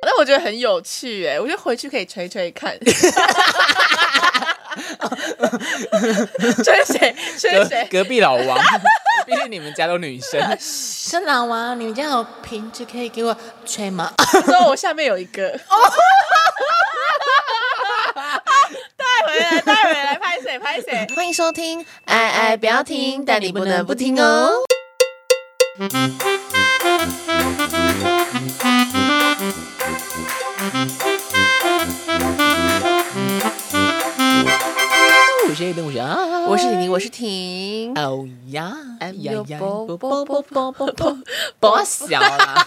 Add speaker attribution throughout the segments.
Speaker 1: 但我觉得很有趣哎，我觉得回去可以吹吹 看，吹谁吹
Speaker 2: 隔
Speaker 1: 谁，
Speaker 2: 隔壁老王， 毕竟你们家都女生，啊
Speaker 3: 是老王，你们家有瓶子可以给我吹吗？
Speaker 1: 说我下面有一 个，
Speaker 3: 哦
Speaker 1: 带回来带回来，拍谁拍谁。
Speaker 3: 欢迎收听，爱爱不要听，但你不能不听哦。
Speaker 2: 我是邓武雄，
Speaker 1: 啊
Speaker 3: 我是婷婷，我是婷。
Speaker 2: 哦呀哎
Speaker 3: I'm
Speaker 2: 呀
Speaker 3: your
Speaker 2: 呀，
Speaker 3: bo-
Speaker 2: 不
Speaker 3: bo-
Speaker 2: 不不
Speaker 3: bo- bo-
Speaker 2: 不
Speaker 3: bo-
Speaker 2: 不
Speaker 3: bo-
Speaker 2: 不，我小啦，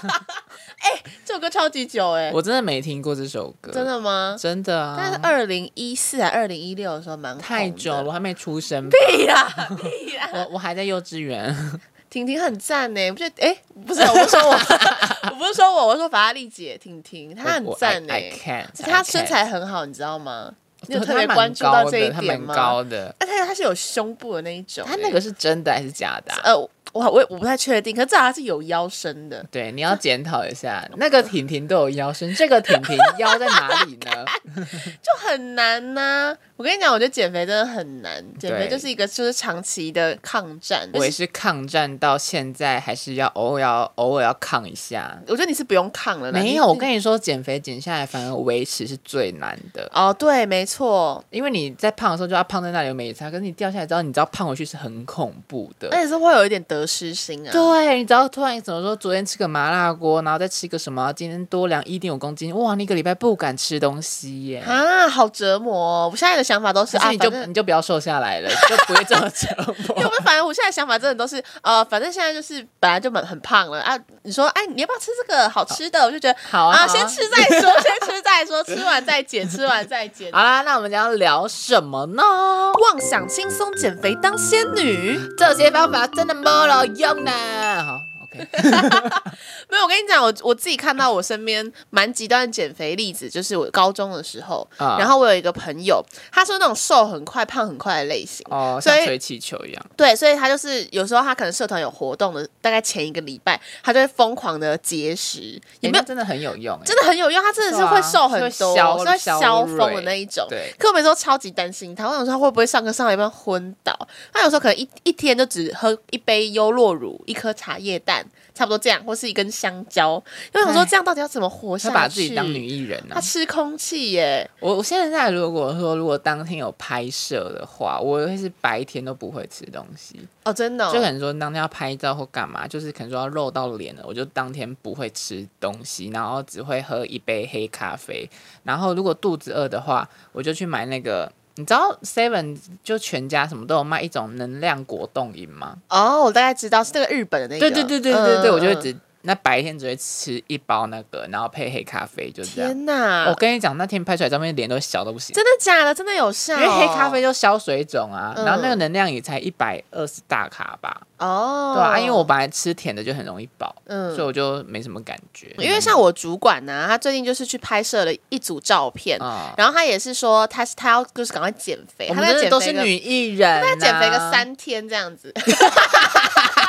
Speaker 1: 这首歌超级久哎，
Speaker 2: 我真的没听过这首歌，
Speaker 1: 真的吗？
Speaker 2: 真的
Speaker 3: 嗯
Speaker 1: 但是
Speaker 2: 啊，
Speaker 1: 二零一四还二零一六的时候蛮红的
Speaker 2: 太久了，我还没出生吧，
Speaker 1: 屁啦屁啦！
Speaker 2: 我我还在幼稚 园，
Speaker 1: 婷婷很赞呢，不是？哎、不是，我不是 说我，我不是说我，我说法拉利姐婷婷，她很赞呢，
Speaker 2: I can，
Speaker 1: 而且她身材很好，你知道吗？你有特别
Speaker 2: 蛮
Speaker 1: 关注
Speaker 2: 高
Speaker 1: 到
Speaker 2: 的
Speaker 1: 这一
Speaker 2: 他
Speaker 1: 点
Speaker 2: 蛮
Speaker 1: 吗？
Speaker 2: 高的，
Speaker 1: 但她她是有胸部的那一种欸，
Speaker 2: 他那个是真的还是假的啊？
Speaker 1: 呃，我我我不太确定，可是至少她是有腰身的。
Speaker 2: 对，你要检讨一下，那个婷婷都有腰身，这个婷婷腰在哪里呢？
Speaker 1: 就很难呐、我跟你讲，我觉得减肥真的很难，减肥
Speaker 2: 对
Speaker 1: 就是一个就是长期的抗战。
Speaker 2: 我
Speaker 1: 就
Speaker 2: 也
Speaker 1: 是
Speaker 2: 是抗战到现在，还是要偶尔要偶尔要抗一下。
Speaker 1: 我觉得你是不用抗了啦，
Speaker 2: 没
Speaker 1: 你
Speaker 2: 有，我
Speaker 1: 你
Speaker 2: 跟你说，减肥减下来反而维持是最难的，
Speaker 1: 哦，对，没错，
Speaker 2: 因为你在胖的时候就要胖在那里有美差，可是你掉下来之后，你知道胖回去是很恐怖的。
Speaker 1: 那也是会有一点得失心啊。
Speaker 2: 对，你知道突然怎么说？昨天吃个麻辣锅，然后再吃个什么？今天多量一点五公斤，哇，你一个礼拜不敢吃东西耶。
Speaker 1: 啊，好折磨、哦！我现在的想法都是
Speaker 2: 可
Speaker 1: 啊，反
Speaker 2: 是你就、
Speaker 1: 正
Speaker 2: 你就不要瘦下来了，就不会这么折
Speaker 1: 因为
Speaker 2: 磨。
Speaker 1: 我反正我现在的想法真的都是呃，反正现在就是本来就蛮很胖了啊。你说哎，你要不要吃这个好吃的？我就觉得
Speaker 2: 好啊，
Speaker 1: 啊，
Speaker 2: 好啊
Speaker 1: 先吃再说，先吃再说，吃完再减，吃完再减。
Speaker 2: 好啦，那我们今天要聊什么呢？
Speaker 1: 妄想轻松减肥当仙女，
Speaker 2: 这些方法真的没有用呢。好，OK，
Speaker 1: 没有，我跟你讲，我我自己看到我身边蛮极端的减肥例子，就是我高中的时候，
Speaker 2: 啊
Speaker 1: 然后我有一个朋友，他是那种瘦很快、胖很快的类型，
Speaker 2: 哦，
Speaker 1: 所
Speaker 2: 像
Speaker 1: 以
Speaker 2: 吹气球一样，
Speaker 1: 对，所以他就是有时候他可能社团有活动的，大概前一个礼拜，他就会疯狂的节食，有没
Speaker 2: 有没
Speaker 1: 有
Speaker 2: 有？真的很有用欸？
Speaker 1: 真的很有用，他真的是会瘦很多，
Speaker 2: 对啊
Speaker 1: 是
Speaker 2: 是
Speaker 1: 会
Speaker 2: 会
Speaker 1: 消
Speaker 2: 消
Speaker 1: 风
Speaker 2: 消
Speaker 1: 的
Speaker 2: 蕊
Speaker 1: 那一种。
Speaker 2: 对，
Speaker 1: 可我每次都超级担心他，我想说他会不会上课上到一半昏倒？他有时候可能一一天就只喝一杯优酪乳、一颗茶叶蛋，差不多这样，或是一根香蕉。因为我想说
Speaker 2: 唉
Speaker 1: 这样到底要怎么活下
Speaker 2: 他
Speaker 1: 去？
Speaker 2: 把自己当女艺人呢、啊
Speaker 1: 他吃空气耶，
Speaker 2: 我我现在如果说如果当天有拍摄的话，我会是白天都不会吃东西，
Speaker 1: 哦，真的、哦，
Speaker 2: 就可能说当天要拍照或干嘛，就是可能说要露到脸了，我就当天不会吃东西，然后只会喝一杯黑咖啡。然后如果肚子饿的话，我就去买那个。你知道 Seven 就全家什么都有卖一种能量果冻饮吗？
Speaker 1: 哦，我大概知道是那个日本的那个，
Speaker 2: 对对对对对对，
Speaker 1: 嗯
Speaker 2: 我就会
Speaker 1: 嗯
Speaker 2: 只那白天只会吃一包那个，然后配黑咖啡，就这样。
Speaker 1: 天哪，
Speaker 2: 我跟你讲，那天拍出来照片脸都小到不行，
Speaker 1: 真的假的？真的有效、
Speaker 2: 因为黑咖啡就消水肿啊，
Speaker 1: 嗯
Speaker 2: 然后那个能量也才一百二十大卡吧，
Speaker 1: 哦，
Speaker 2: 对啊，因为我本来吃甜的就很容易饱，
Speaker 1: 嗯
Speaker 2: 所以我就没什么感觉。
Speaker 1: 因为像我主管呢、他最近就是去拍摄了一组照片，
Speaker 2: 啊，
Speaker 1: 然后他也是说他他要就是赶快减肥，欸
Speaker 2: 我
Speaker 1: 他
Speaker 2: 们
Speaker 1: 在
Speaker 2: 真
Speaker 1: 减
Speaker 2: 的
Speaker 1: 肥
Speaker 2: 都是
Speaker 1: 个
Speaker 2: 女艺人啊，
Speaker 1: 他减肥个三天这样子。啊， 他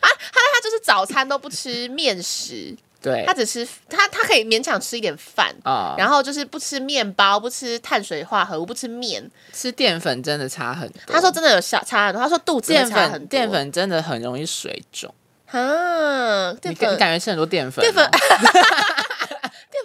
Speaker 1: 他就是早餐都不吃面食，
Speaker 2: 对
Speaker 1: 他只吃他他可以勉强吃一点饭。
Speaker 2: 啊，
Speaker 1: 然后就是不吃面包，不吃碳水化合物，不吃面。
Speaker 2: 吃淀粉真的差很多。
Speaker 1: 他说真的有效差很多，他说肚子会
Speaker 2: 淀
Speaker 1: 差很
Speaker 2: 粉
Speaker 1: 多。
Speaker 2: 淀粉真的很容易水肿，
Speaker 1: 啊，
Speaker 2: 你
Speaker 1: 淀
Speaker 2: 感
Speaker 1: 粉
Speaker 2: 你感觉吃很多淀粉哦，
Speaker 1: 淀粉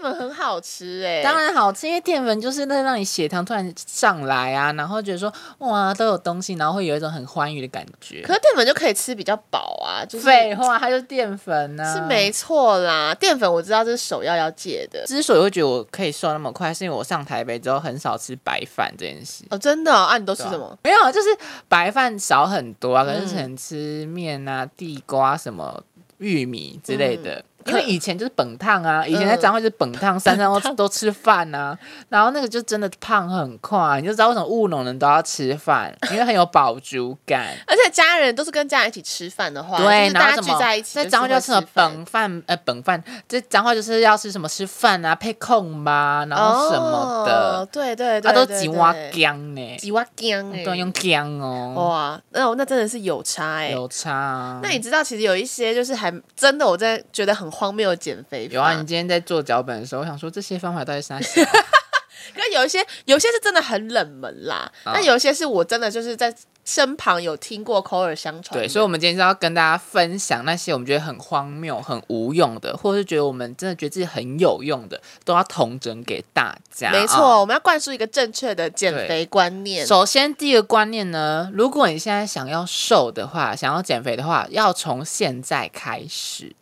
Speaker 1: 淀粉很好吃哎、
Speaker 2: 当然好吃，因为淀粉就是那让你血糖突然上来啊，然后觉得说哇都有东西，然后会有一种很欢愉的感觉
Speaker 1: 可。是淀粉就可以吃比较饱啊，就是
Speaker 2: 废话，它就是淀粉
Speaker 3: 啊
Speaker 2: 呢、
Speaker 1: 是没。错啦。淀粉我知道这是首要要戒的
Speaker 2: 之所以会觉得我可以瘦那么快，是因为我上台北之后很少吃白饭这件事。
Speaker 1: 哦，真的哦、啊？你都吃
Speaker 2: 对啊
Speaker 1: 什么？？
Speaker 2: 没有，就是白饭少很多啊，可是
Speaker 1: 嗯
Speaker 2: 可能吃面啊、地瓜什么、玉米
Speaker 3: 嗯
Speaker 2: 之类的。因为以前就是本烫啊，以前在彰化就是本烫，三餐都都吃饭啊，然后那个就真的胖很快，你就知道为什么务农人都要吃饭，因为很有饱足感。
Speaker 1: 而且家人都是跟家人一起吃饭的话，就
Speaker 2: 对，
Speaker 1: 是
Speaker 2: 然
Speaker 1: 大
Speaker 2: 后
Speaker 1: 家
Speaker 2: 什
Speaker 1: 聚
Speaker 2: 么
Speaker 1: 在一起，
Speaker 2: 在彰化就
Speaker 1: 要
Speaker 2: 要吃什么本饭呃本饭，这彰化就是要吃什么吃饭啊配控吧，然后什么的，，啊
Speaker 1: 哦对对对，
Speaker 2: 它都
Speaker 1: 对
Speaker 2: 几蛙
Speaker 1: 对
Speaker 2: 姜呢，
Speaker 1: 几哇姜哎，
Speaker 2: 嗯对，用姜哦，
Speaker 1: 哇，那我那真的是有差哎、
Speaker 2: 有差啊。
Speaker 1: 那你知道，其实有一些就是还真的，我在觉得很荒谬的减肥法。
Speaker 2: 有啊，你今天在做脚本的时候，我想说这些方法到底是哪些？
Speaker 1: 可有一些有一些是真的很冷门啦，
Speaker 2: 啊
Speaker 1: 但有一些是我真的就是在身旁有听过口耳相传的。
Speaker 2: 对，所以，我们今天是要跟大家分享那些我们觉得很荒谬、很无用的，或者是觉得我们真的觉得自己很有用的，都要统整给大家。
Speaker 1: 没
Speaker 2: 啊
Speaker 1: 错，我们要灌输一个正确的减
Speaker 2: 对
Speaker 1: 肥观念。
Speaker 2: 首先，第一个观念呢，如果你现在想要瘦的话，想要减肥的话，要从现在开始。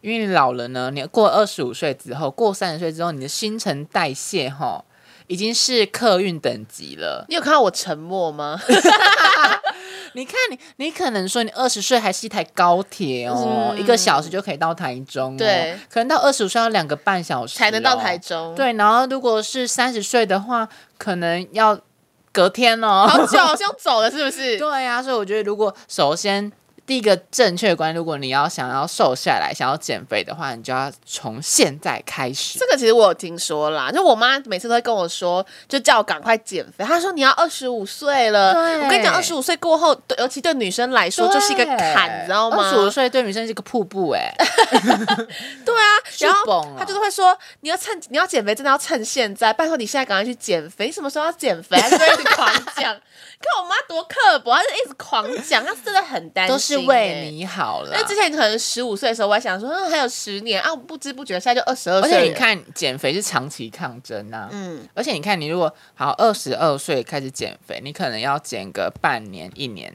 Speaker 2: 因为你老了呢，你过二十五岁之后，过三十岁之后，你的新陈代谢哈，已经是客运等级了。
Speaker 1: 你有看到我沉默吗？
Speaker 2: 你看你，你可能说你二十岁还是一台高铁哦，
Speaker 1: 嗯
Speaker 2: 一个小时就可以到台中、哦，
Speaker 1: 对，
Speaker 2: 可能到二十五岁要两个半小时、哦
Speaker 1: 才能到台。中。，
Speaker 2: 对，然后如果是三十岁的话，可能要隔天哦，
Speaker 1: 好久，好像走了，是不是？
Speaker 2: 对呀、所以我觉得，如果首先第一个正确的观念，如果你要想要瘦下来、想要减肥的话，你就要从现在开始
Speaker 1: 这。个其实我有听说啦，就我妈每次都会跟我说，就叫我赶快减肥。她说你要二十五岁了，
Speaker 2: 对
Speaker 1: 我跟你讲，二十五岁过后，对尤其对女生来说就是一个坎，你知道吗？
Speaker 2: 二十五岁对女生是个瀑布、哎，
Speaker 1: 对啊，然
Speaker 2: 是蹦
Speaker 1: 后
Speaker 2: 哦
Speaker 1: 她就是会说，你要趁你要减肥，真的要趁现在，拜托你现在赶快去减肥，你什么时候要减肥？她就会一直狂讲， 看我妈多刻薄，她就一直狂讲，她真的很担心、欸
Speaker 2: 都是为。你好了
Speaker 1: 因为。之前可能十五岁的时候，我还想说，嗯，还有十年啊，不知不觉现在就二十二
Speaker 2: 而
Speaker 1: 岁，
Speaker 2: 且你，看，减肥是长期抗争啊呐、
Speaker 1: 嗯，
Speaker 2: 而且你看，你如果好二十二岁开始减肥，你可能要减个半年、一年，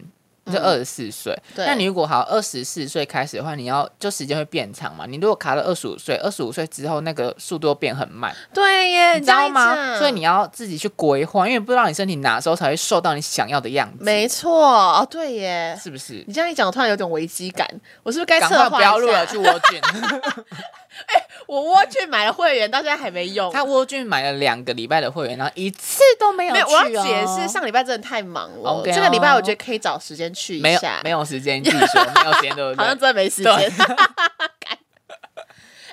Speaker 2: 就二十四岁。
Speaker 1: 嗯对
Speaker 2: 那你如果好二十四岁开始的话，你要就时间会变长嘛？你如果卡到二十五岁，二十五岁之后那个速度变很慢，
Speaker 1: 对耶，
Speaker 2: 你知道
Speaker 1: 这样一
Speaker 2: 吗？
Speaker 1: 讲
Speaker 2: 所以你要自己去规划，因为不知道你身体哪时候才会瘦到你想要的样子，
Speaker 1: 没错，哦，对耶，
Speaker 2: 是不是？
Speaker 1: 你这样一讲，我突然有点危机感，我是不是该
Speaker 2: 赶
Speaker 1: 策
Speaker 2: 快
Speaker 1: 划
Speaker 2: 不要
Speaker 1: 一
Speaker 2: 录
Speaker 1: 下
Speaker 2: 了，去窝俊。
Speaker 1: 我我去买了会员，到现在还没用。
Speaker 2: 他窝俊买了两个礼拜的会员，然后一次都没有
Speaker 1: 没
Speaker 2: 去、
Speaker 1: 有，
Speaker 2: 哦、
Speaker 1: 我要解释，上礼拜真的太忙了。
Speaker 2: OK 哦
Speaker 1: 这个礼拜我觉得可以找时间去一
Speaker 2: 没有
Speaker 1: 下，
Speaker 2: 没有时间，你自己说没有时间对 不
Speaker 1: 好像
Speaker 2: 对？
Speaker 1: 真的没时间。干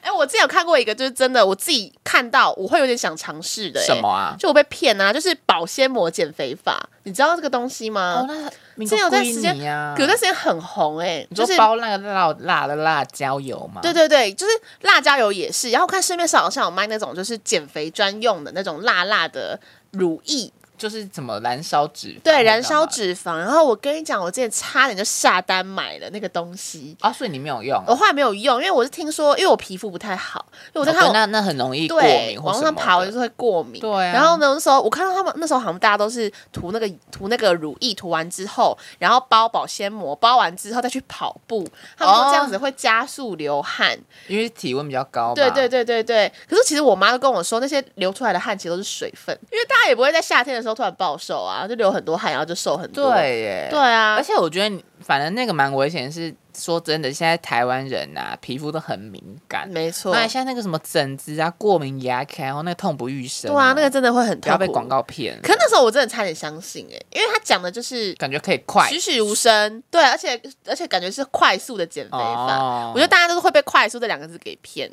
Speaker 1: 哎、我之前有看过一个，就是真的，我自己看到我会有点想尝试的、哎
Speaker 2: 什么啊？
Speaker 1: 就我被骗啊，就是保鲜膜减肥法，你知道这个东西
Speaker 2: 哦，
Speaker 1: 吗？
Speaker 2: 那民
Speaker 1: 嗯之前有
Speaker 2: 国
Speaker 1: 段
Speaker 2: 归
Speaker 1: 时间
Speaker 2: 你呀，
Speaker 1: 有段时间很红哎、
Speaker 2: 你
Speaker 1: 就
Speaker 2: 说
Speaker 1: 是
Speaker 2: 包那个辣辣的辣椒油嘛？
Speaker 1: 对对对，就是辣椒油也是。然后我看市面上好像有卖那种就是减肥专用的那种辣辣的乳液，
Speaker 2: 就是怎么燃烧脂肪
Speaker 1: 对，燃烧
Speaker 2: 肪
Speaker 1: 脂肪。然后我跟你讲，我之前差点就下单买了那个东西，
Speaker 2: 啊，所以你没有用。
Speaker 1: 我后来没有用，因为我是听说，因为我皮肤不太好，哦因为我在
Speaker 2: 哦
Speaker 1: 看
Speaker 2: 对
Speaker 1: 我。
Speaker 2: 那那很容易过
Speaker 1: 对
Speaker 2: 敏，或
Speaker 1: 网
Speaker 2: 什
Speaker 1: 络
Speaker 2: 么
Speaker 1: 上爬我
Speaker 2: 的
Speaker 1: 就是会过敏。
Speaker 2: 对啊
Speaker 1: 然后呢，那时候我看到他们那时候好像大家都是涂那个涂那个乳液，涂完之后，然后包保鲜膜，包完之后再去跑步。他们说
Speaker 2: 哦
Speaker 1: 这样子会加速流汗。
Speaker 2: 因为体温比较高吧。
Speaker 1: 对对对对对，可是其实我妈都跟我说，那些流出来的汗其实都是水分，因为大家也不会在夏天的时候突然暴瘦啊，就流很多汗，然后就瘦很多。
Speaker 2: 对耶，
Speaker 1: 对啊
Speaker 2: 而，且我觉得你，反正那个蛮危险，是说真的，现在台湾人呐、皮肤都很敏感，
Speaker 1: 没错。
Speaker 2: 那现在那个什么疹子啊、过敏、牙开，然后那个痛不欲生、哦
Speaker 1: 对啊，那个真的会很
Speaker 2: 不
Speaker 1: 痛
Speaker 2: 要
Speaker 1: 苦。
Speaker 2: 被广告骗了，
Speaker 1: 可那时候我真的差点相信哎、因为他讲的就是
Speaker 2: 感觉可以快
Speaker 1: 栩栩如生，对，而且而且感觉是快速的减肥法。
Speaker 2: 哦
Speaker 1: 我觉得大家都是会被“快速”这两个字给骗。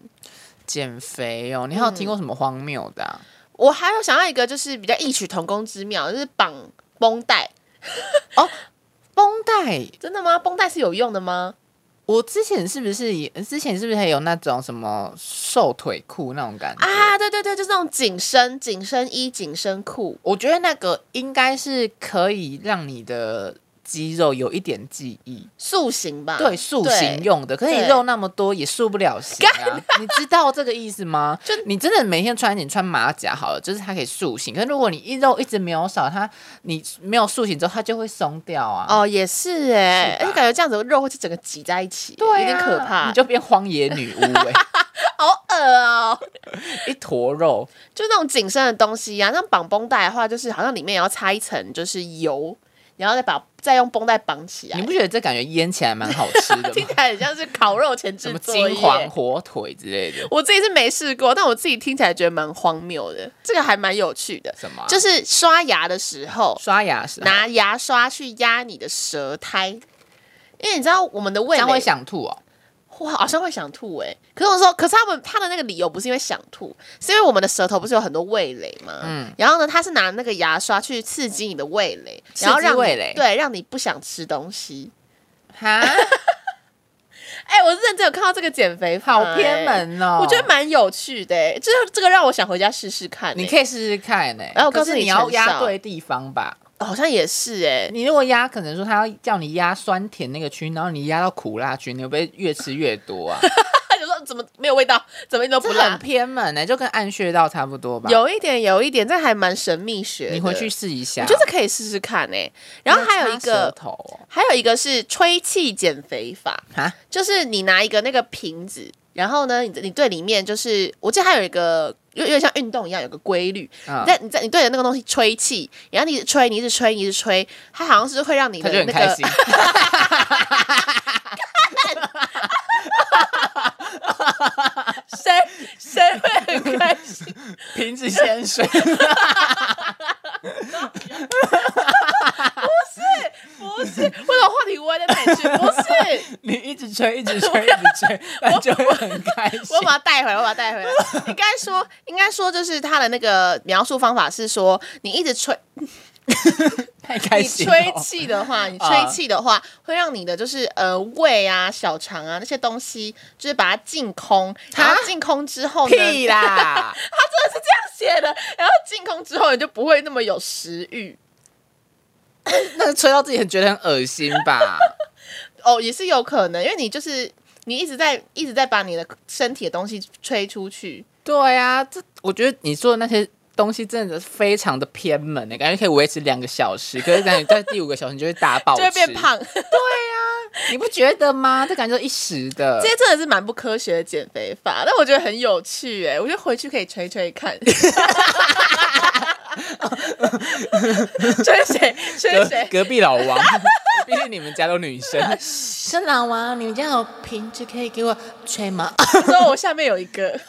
Speaker 2: 减肥哦。你还有
Speaker 1: 嗯
Speaker 2: 听过什么荒谬的、啊？
Speaker 1: 我还有想要一个就是比较异曲同工之妙，就是绑绷带。
Speaker 2: 绷带，
Speaker 1: 真的吗？绷带是有用的吗？
Speaker 2: 我之前是不是也之前是不是还有那种什么瘦腿裤那种感觉？
Speaker 1: 啊，对对对，就是那种紧身、紧身衣、紧身裤。
Speaker 2: 我觉得那个应该是可以让你的肌肉有一点记忆，
Speaker 1: 塑形吧，
Speaker 2: 对塑形，用的，可是你
Speaker 1: 嗯对
Speaker 2: 肉那么多也塑不了形啊，你知道这个意思 吗？就你真的每天穿，你穿马甲好了，就是它可以塑形。可是如果你一肉一直没有少，它你没有塑形之后，它就会松掉啊。
Speaker 1: 哦，也是哎
Speaker 2: 是，吧
Speaker 1: 而且感觉这样子肉会是整个挤在一起，
Speaker 2: 对啊
Speaker 1: 有点可怕，
Speaker 2: 你就变荒野女 巫哎、
Speaker 1: 好恶哦。
Speaker 2: 一坨 肉，
Speaker 1: 就那种紧身的东西啊，像绑绷带的话，就是好像里面也要擦一层就是油，然后再把再用绷带绑起来
Speaker 2: 你。不觉得这感觉腌起来蛮好吃的
Speaker 1: 听
Speaker 2: 吗？
Speaker 1: 起来很像是烤肉前
Speaker 2: 什
Speaker 1: 置
Speaker 2: 么
Speaker 1: 作业
Speaker 2: 金黄火腿之类的，
Speaker 1: 我自己是没试过，但我自己听起来觉得蛮荒谬的，这个还蛮有趣的。
Speaker 2: 什么啊、
Speaker 1: 就是刷牙的时候，
Speaker 2: 刷牙时候
Speaker 1: 拿牙刷去压你的舌苔，因为你知道我们的
Speaker 2: 这
Speaker 1: 味
Speaker 2: 样
Speaker 1: 蕾
Speaker 2: 会想吐 哦。
Speaker 1: 我好像会想吐哎、可是我说，可是他们他的那个理由不是因为想吐，是因为我们的舌头不是有很多味蕾吗？嗯
Speaker 2: 嗯，
Speaker 1: 然后呢，他是拿那个牙刷去刺激你的味蕾，
Speaker 2: 刺激
Speaker 1: 然后让你
Speaker 2: 味蕾
Speaker 1: 对，让你不想吃东西。
Speaker 2: 哈，
Speaker 1: 哎、我是认真有看到这个减肥法、
Speaker 2: 好偏门哦
Speaker 1: 哎。我觉得蛮有趣的、哎，就是这个让我想回家试试看、哎
Speaker 2: 你可以试试看呢、欸。
Speaker 1: 哎我告
Speaker 2: 可
Speaker 1: 诉
Speaker 2: 是
Speaker 1: 你
Speaker 2: 你要
Speaker 1: 成
Speaker 2: 压
Speaker 1: 效
Speaker 2: 对地方吧。
Speaker 1: 好像也是哎、
Speaker 2: 你如果压，可能说他要叫你压酸甜那个区，然后你压到苦辣区，你会不会越吃越多 啊？
Speaker 1: 他就说怎么没有味道， 怎么一点都
Speaker 2: 这
Speaker 1: 不
Speaker 2: 很
Speaker 1: 辣，
Speaker 2: 偏门呢、欸就跟按穴道差不多吧。，
Speaker 1: 有一点有一点，这还蛮神秘学的。
Speaker 2: 你回去试一下。
Speaker 1: 我觉得可以试试看哎、然后还有一
Speaker 2: 因为擦舌
Speaker 1: 个，
Speaker 2: 头哦
Speaker 1: 还有一个是吹气减肥法，
Speaker 2: 啊，
Speaker 1: 就是你拿一个那个瓶子，然后呢，你你对里面就是，我记得还有一个。有有点像运动一样，有个规律。
Speaker 2: 嗯
Speaker 1: 你在你在你对着那个东西吹气，然后你一直吹，你一直吹，你一直吹，它好像是会让你
Speaker 2: 他
Speaker 1: 的
Speaker 2: 就很
Speaker 1: 那
Speaker 2: 开
Speaker 1: 个
Speaker 2: 心。
Speaker 1: 谁谁会很开心？
Speaker 2: 瓶子先水，
Speaker 1: 不是，为什么话题歪在哪里去？不是，
Speaker 2: 你一直吹，一直吹，一直 吹，那就会很开心
Speaker 1: 我。把它带回来，我把它带回来。应该说，应该说，就是它的那个描述方法是说，你一直吹，
Speaker 2: 太开
Speaker 1: 你
Speaker 2: 心、
Speaker 1: 吹
Speaker 2: 了。
Speaker 1: 气的话，你吹气的话，会让你的就是呃胃啊、小肠啊那些东西，就是把它净空。然后净空之啊后呢，
Speaker 2: 屁啦！
Speaker 1: 这样写的，然后净空之后你就不会那么有食欲。
Speaker 2: 那个吹到自己很觉得很恶心吧？
Speaker 1: 哦，也是有可能，因为你就是你一直在一直在把你的身体的东西吹出去。
Speaker 2: 对啊，这我觉得你做的那些东西真的非常的偏门欸的、感觉可以维持两个小时，可是感觉在第五个小时你 就会大爆，
Speaker 1: 就会变，胖，这
Speaker 2: 你不觉得吗？这感觉一时的。
Speaker 1: 些真的是蛮不科学的减肥法，但我觉得很有趣哎，我觉得回去可以吹吹 看，吹谁吹
Speaker 2: 隔
Speaker 1: 谁，
Speaker 2: 隔壁老王， 毕竟你们家都女 生，啊
Speaker 3: 是老王，你们家有瓶子可以给我吹吗？
Speaker 1: 说我下面有一个，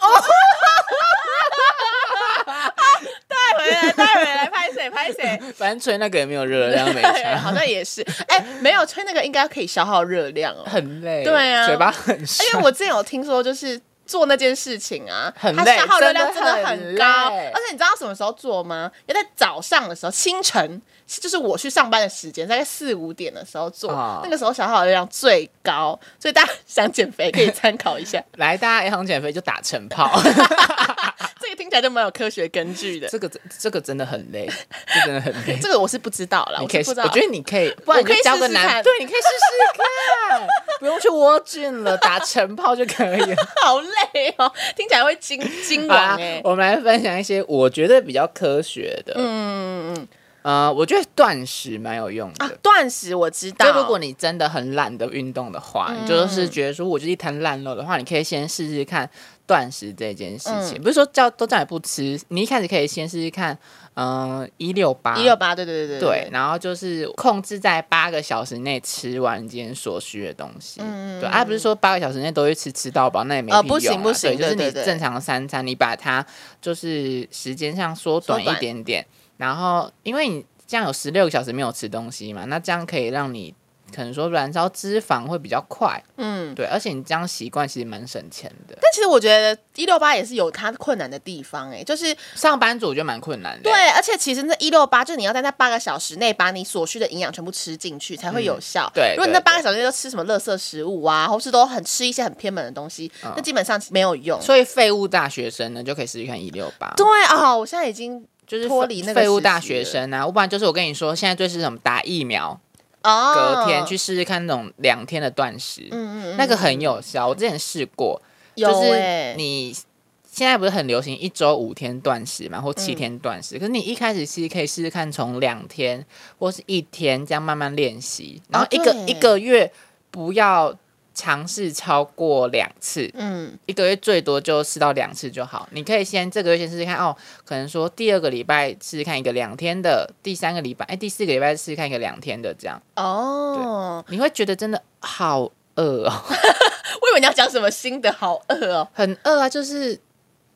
Speaker 1: 带回来带回来，拍谁拍 谁，
Speaker 2: 反正吹那个也没有热量， 没
Speaker 1: 对，
Speaker 2: 差，
Speaker 1: 好像也是，哎，没有吹那个应该可以消耗热量哦，
Speaker 2: 很累，
Speaker 1: 对啊
Speaker 2: 嘴巴很酸，
Speaker 1: 因为我之前有听说，就是做那件事情啊，
Speaker 2: 很
Speaker 1: 它
Speaker 2: 累
Speaker 1: 消耗热量真
Speaker 2: 真的
Speaker 1: 的
Speaker 2: 很
Speaker 1: 很高，
Speaker 2: 累
Speaker 1: 而且你知道什么时候做吗？要在早上的时候，清晨，就是我去上班的时间，大概四五点的时候做，
Speaker 2: 哦
Speaker 1: 那个时候消耗热量最高，所以大家想减肥可以参考一下，
Speaker 2: 来大家一行减肥就打晨 炮，
Speaker 1: 这个听起来就蛮有科学根据的。
Speaker 2: 这个这个真的很累，这真的很累。
Speaker 1: 这个我是不知道啦，
Speaker 2: 你
Speaker 1: 我
Speaker 2: 可
Speaker 1: 是
Speaker 2: 以
Speaker 1: 不知
Speaker 2: 试，
Speaker 1: 道。
Speaker 2: 我觉得你可以， 不
Speaker 1: 我
Speaker 2: 然你
Speaker 1: 可以
Speaker 2: 就交个
Speaker 1: 试试
Speaker 2: 男，
Speaker 1: 看
Speaker 2: 对，你可以试试 看，不用去窝菌了，打晨炮就可以了。
Speaker 1: 好累哦，听起来会惊惊
Speaker 2: 好
Speaker 1: 完
Speaker 2: 啦
Speaker 1: 哎，。
Speaker 2: 我们来分享一些我觉得比较科学的，欸嗯嗯嗯，呃，我觉得断食蛮有用的。
Speaker 1: 啊，断食我知道，
Speaker 2: 就如果你真的很懒得运动的话，你就是觉得说我就是一滩烂肉的话，你可以先试试看断食这件事情。不是说叫都叫你不吃，你一开始可以先试试看，嗯、一六八
Speaker 1: 一六八，对啊对对
Speaker 2: 对，然后就是控制在八个小时内吃完你今天所需的东西。
Speaker 1: 嗯
Speaker 2: 对，啊，不是说八个小时内都去吃吃到饱，那也没屁用、啊
Speaker 1: 呃不行不行
Speaker 2: 对就是
Speaker 1: 对
Speaker 2: 你
Speaker 1: 对对
Speaker 2: 正常三餐，你把它就是时间上缩短
Speaker 1: 缩短
Speaker 2: 一点点，然后因为你这样有十六个小时没有吃东西嘛，那这样可以让你。可能说燃烧脂肪会比较快，
Speaker 1: 嗯。
Speaker 2: 对，而且你这样习惯其实蛮省钱的。
Speaker 1: 但其实我觉得一六八也是有它困难的地方、欸，哎，就是
Speaker 2: 上班族我觉得蛮困难的。
Speaker 1: 对，而且其实那一六八就是你要在那八个小时内把你所需的营养全部吃进去才会有效。
Speaker 2: 对
Speaker 1: 如果你
Speaker 2: 对
Speaker 1: 那八个小时内都吃什么垃圾食物啊，或是都很吃一些很偏门的东西，那基本上没有用。
Speaker 2: 所以废物大学生呢就可以试试看一六八。
Speaker 1: 对啊、我现在已经
Speaker 2: 就是
Speaker 1: 脱离那个
Speaker 2: 废物
Speaker 1: 时期
Speaker 2: 大
Speaker 1: 了
Speaker 2: 学生啊，要不然就是我跟你说，现在最是什么打疫苗，
Speaker 1: 哦，
Speaker 2: 隔天去试试看那种两天的断食，嗯嗯那个很有效，我之前试过，
Speaker 1: 有、
Speaker 2: 就
Speaker 1: 欸
Speaker 2: 是，你。现在不是很流行一周五天断食嘛，或
Speaker 1: 嗯
Speaker 2: 七天断食？可是你一开始其实可以试试看，从两天或是一天这样慢慢练习，然后一个、
Speaker 1: 哦对
Speaker 2: 一个月不要尝试超过两次，
Speaker 1: 嗯，
Speaker 2: 一个月最多就试到两次就好。你可以先这个月先试试看哦，可能说第二个礼拜试试看一个两天的，第三个礼拜哎第四个礼拜试试看一个两天的，这样
Speaker 1: 哦，
Speaker 2: 你会觉得真的好饿哦，
Speaker 1: 我以为你要讲什么新的，好饿哦，
Speaker 2: 很饿啊，就是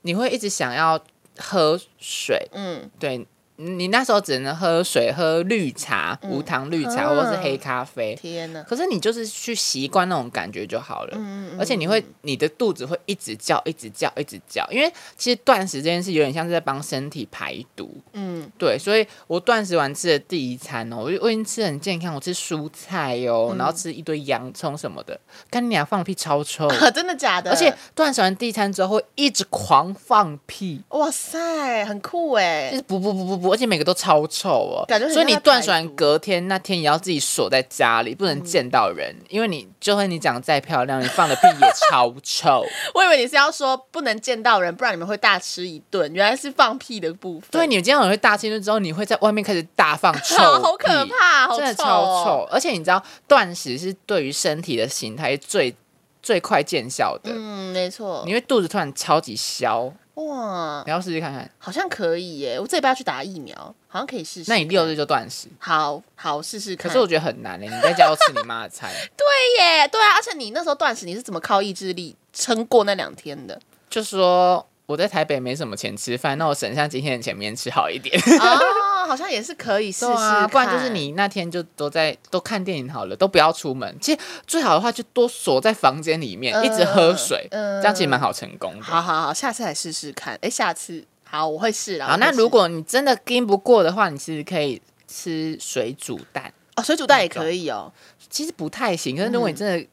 Speaker 2: 你会一直想要喝水，
Speaker 1: 嗯，
Speaker 2: 对。你那时候只能喝水、喝绿茶、无糖绿茶、
Speaker 1: 啊
Speaker 2: 或是黑咖啡。
Speaker 1: 天哪！
Speaker 2: 可是你就是去习惯那种感觉就好了，
Speaker 1: 嗯
Speaker 2: 而且你会你的肚子会一直叫、一直叫、一直叫，因为其实断食这件事有点像是在帮身体排毒，
Speaker 1: 嗯，
Speaker 2: 对，所以我断食完吃的第一餐哦，我就我已经吃得很健康，我吃蔬菜哦，
Speaker 1: 嗯
Speaker 2: 然后吃一堆洋葱什么的，干你俩放屁超臭，
Speaker 1: 啊 真的假的？
Speaker 2: 而且断食完第一餐之后会一直狂放屁，
Speaker 1: 哇塞，很酷哎、
Speaker 2: 就是不不不不不，而且每个都超臭哦，
Speaker 1: 感觉很
Speaker 2: 所以
Speaker 1: 像
Speaker 2: 你
Speaker 1: 在
Speaker 2: 断
Speaker 1: 排
Speaker 2: 水完
Speaker 1: 毒
Speaker 2: 隔天那天也要自己锁在家里，不
Speaker 1: 嗯
Speaker 2: 能见到人，因为你就算你长得再漂亮，你放的屁也超臭。
Speaker 1: 我以为你是要说不能见到人，不然你们会大吃一顿，原来是放屁的部分。啊
Speaker 2: 对，你这样会大清了之后，你会在外面开始大放 臭屁，
Speaker 1: 好好可怕，好
Speaker 2: 真的
Speaker 1: 臭、
Speaker 2: 超
Speaker 1: 哦，
Speaker 2: 臭。而且你知道，断食是对于身体的形态最最快见效的，
Speaker 1: 嗯，没错
Speaker 2: 你。会肚子突然超级消，
Speaker 1: 哇，
Speaker 2: 你要试试看看。
Speaker 1: 好像可以耶！我这礼拜要去打疫苗，好像可以试试。
Speaker 2: 那你六日就断食。
Speaker 1: 好好试试
Speaker 2: 可
Speaker 1: 看。
Speaker 2: 是我觉得很难嘞、欸你在家要吃你妈的 菜，
Speaker 1: 对耶，对啊，而且你那时候断食，你是怎么靠意志力撑过那两天 的？
Speaker 2: 就说我在台北没什么钱吃饭，那我省下今天的钱，明天吃好一点。
Speaker 1: 哦，好像也是可以试试
Speaker 2: 对啊，
Speaker 1: 看。
Speaker 2: 不然就是你那天就都在都看电影好了，都不要出门。其实最好的话就多锁在房间里面，
Speaker 1: 嗯
Speaker 2: 一直喝水，
Speaker 1: 嗯
Speaker 2: 这样其实蛮好成功的。
Speaker 1: 好好好，下次来试试看。哎，下次好，我会试啦。
Speaker 2: 好，
Speaker 1: 我会
Speaker 2: 那
Speaker 1: 试
Speaker 2: 如果你真的跟不过的话，你其实可以吃水煮蛋，
Speaker 1: 哦，水煮蛋也可以哦。
Speaker 2: 其实不太行。可是如果你真的
Speaker 1: 嗯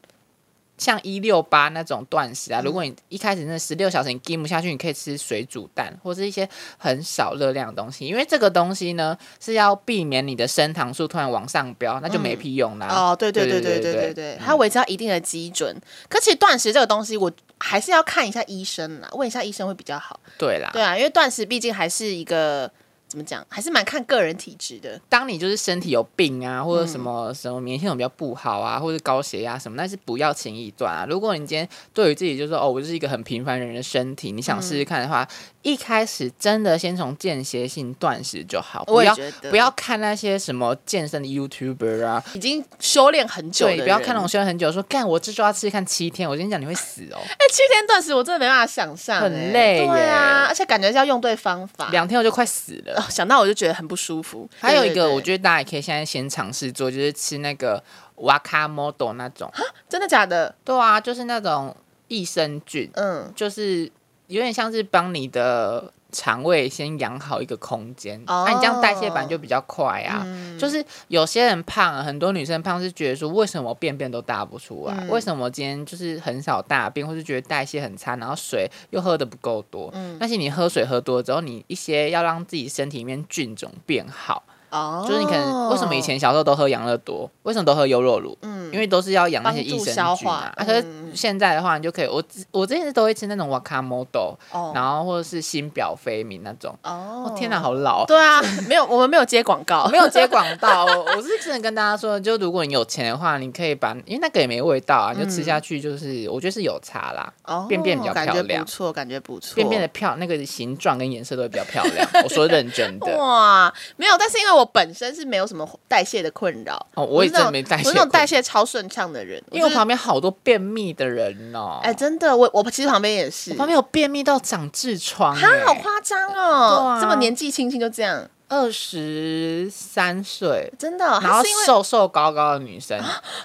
Speaker 2: 像一六八那种断食啊，如果你一开始那十六小时你跟不下去，你可以吃水煮蛋或是一些很少热量的东西，因为这个东西呢是要避免你的升糖素突然往上飙，那就没屁用啦。
Speaker 1: 哦，对对
Speaker 2: 对
Speaker 1: 对对对对
Speaker 2: 对嗯
Speaker 1: 对，它维持到一定的基准。可其实断食这个东西，我还是要看一下医生啦，问一下医生会比较好。
Speaker 2: 对啦。
Speaker 1: 对啊，因为断食毕竟还是一个怎么讲，还是蛮看个人体质的。
Speaker 2: 当你就是身体有病啊，或者什么、
Speaker 1: 嗯
Speaker 2: 什么免疫系统比较不好啊，或者高血压什么，那是不要轻易断啊。如果你今天对于自己就说哦，我就是一个很平凡人的身体，你想试试看的话，
Speaker 1: 嗯
Speaker 2: 一开始真的先从间歇性断食就好，不
Speaker 1: 我也
Speaker 2: 要
Speaker 1: 觉得
Speaker 2: 不要看那些什么健身的 YouTuber 啊，
Speaker 1: 已经修炼很久的
Speaker 2: 对，
Speaker 1: 人，
Speaker 2: 不要看那种修炼很久说干我这周要吃看七天，我跟你讲你会死 哦，
Speaker 1: 哎，七天断食我真的没办法想象、
Speaker 2: 很
Speaker 1: 哎
Speaker 2: 累耶
Speaker 1: 对啊，而且感觉是要用对方法。
Speaker 2: 两天我就快死了。
Speaker 1: 哦，想到我就觉得很不舒服。
Speaker 2: 还有一个，我
Speaker 1: 得
Speaker 2: 觉得大家也可以现在先尝试做，就是吃那个 waka model 那种，
Speaker 1: 真的假的？
Speaker 2: 对啊，就是那种益生菌，
Speaker 1: 嗯，
Speaker 2: 就是有点像是帮你的肠胃先养好一个空间，那、
Speaker 1: 哦嗯
Speaker 2: 你这样代谢版就比较快啊。就是有些人胖啊，很多女生胖是觉得说，为什么便便都大不出来？
Speaker 1: 嗯
Speaker 2: 为什么今天就是很少大便，或是觉得代谢很差，然后水又喝的不够多？
Speaker 1: 嗯
Speaker 2: 但是你喝水喝多之后，你一些要让自己身体里面菌种变好，
Speaker 1: 哦，
Speaker 2: 就是你可能为什么以前小时候都喝养乐多，为什么都喝优酪乳？
Speaker 1: 嗯
Speaker 2: 因为都是要养那些益
Speaker 1: 帮
Speaker 2: 生
Speaker 1: 助
Speaker 2: 菌
Speaker 1: 消
Speaker 2: 啊
Speaker 1: 化。
Speaker 2: 啊可是
Speaker 1: 嗯
Speaker 2: 现在的话，你就可以，我之我之前都会吃那种瓦卡莫豆，
Speaker 1: 哦
Speaker 2: 然后或者是新表飞米那种。
Speaker 1: 哦
Speaker 2: 哦，天哪，好 老！
Speaker 1: 对啊，没有，我们没有接广告，
Speaker 2: 没有接广告， 我我是真的跟大家说，就如果你有钱的话，你可以把，因为那个也没味道
Speaker 1: 嗯
Speaker 2: 啊，你就吃下去，就是我觉得是有差啦，
Speaker 1: 哦，
Speaker 2: 便便比较漂亮
Speaker 1: 感觉不错，感觉不错，
Speaker 2: 变变得漂，那个形状跟颜色都会比较漂 亮。我说认真的，
Speaker 1: 哇，没有，但是因为我本身是没有什么代谢的困扰，
Speaker 2: 哦，我也
Speaker 1: 是那
Speaker 2: 真的
Speaker 1: 种
Speaker 2: 没代
Speaker 1: 我
Speaker 2: 谢过，
Speaker 1: 是那种代谢超顺畅的人，
Speaker 2: 因为我
Speaker 1: 就是
Speaker 2: 旁边好多便秘的人哦，
Speaker 1: 哎，真的，我我其实旁边也是，
Speaker 2: 我旁边有便秘到长痔疮、
Speaker 1: 哈
Speaker 2: 欸，
Speaker 1: 好夸张哦，
Speaker 2: 对啊
Speaker 1: 这么年纪轻轻就这样，
Speaker 2: 二十三岁，
Speaker 1: 真的哦，
Speaker 2: 然后
Speaker 1: 他是因为
Speaker 2: 瘦瘦高高的女生，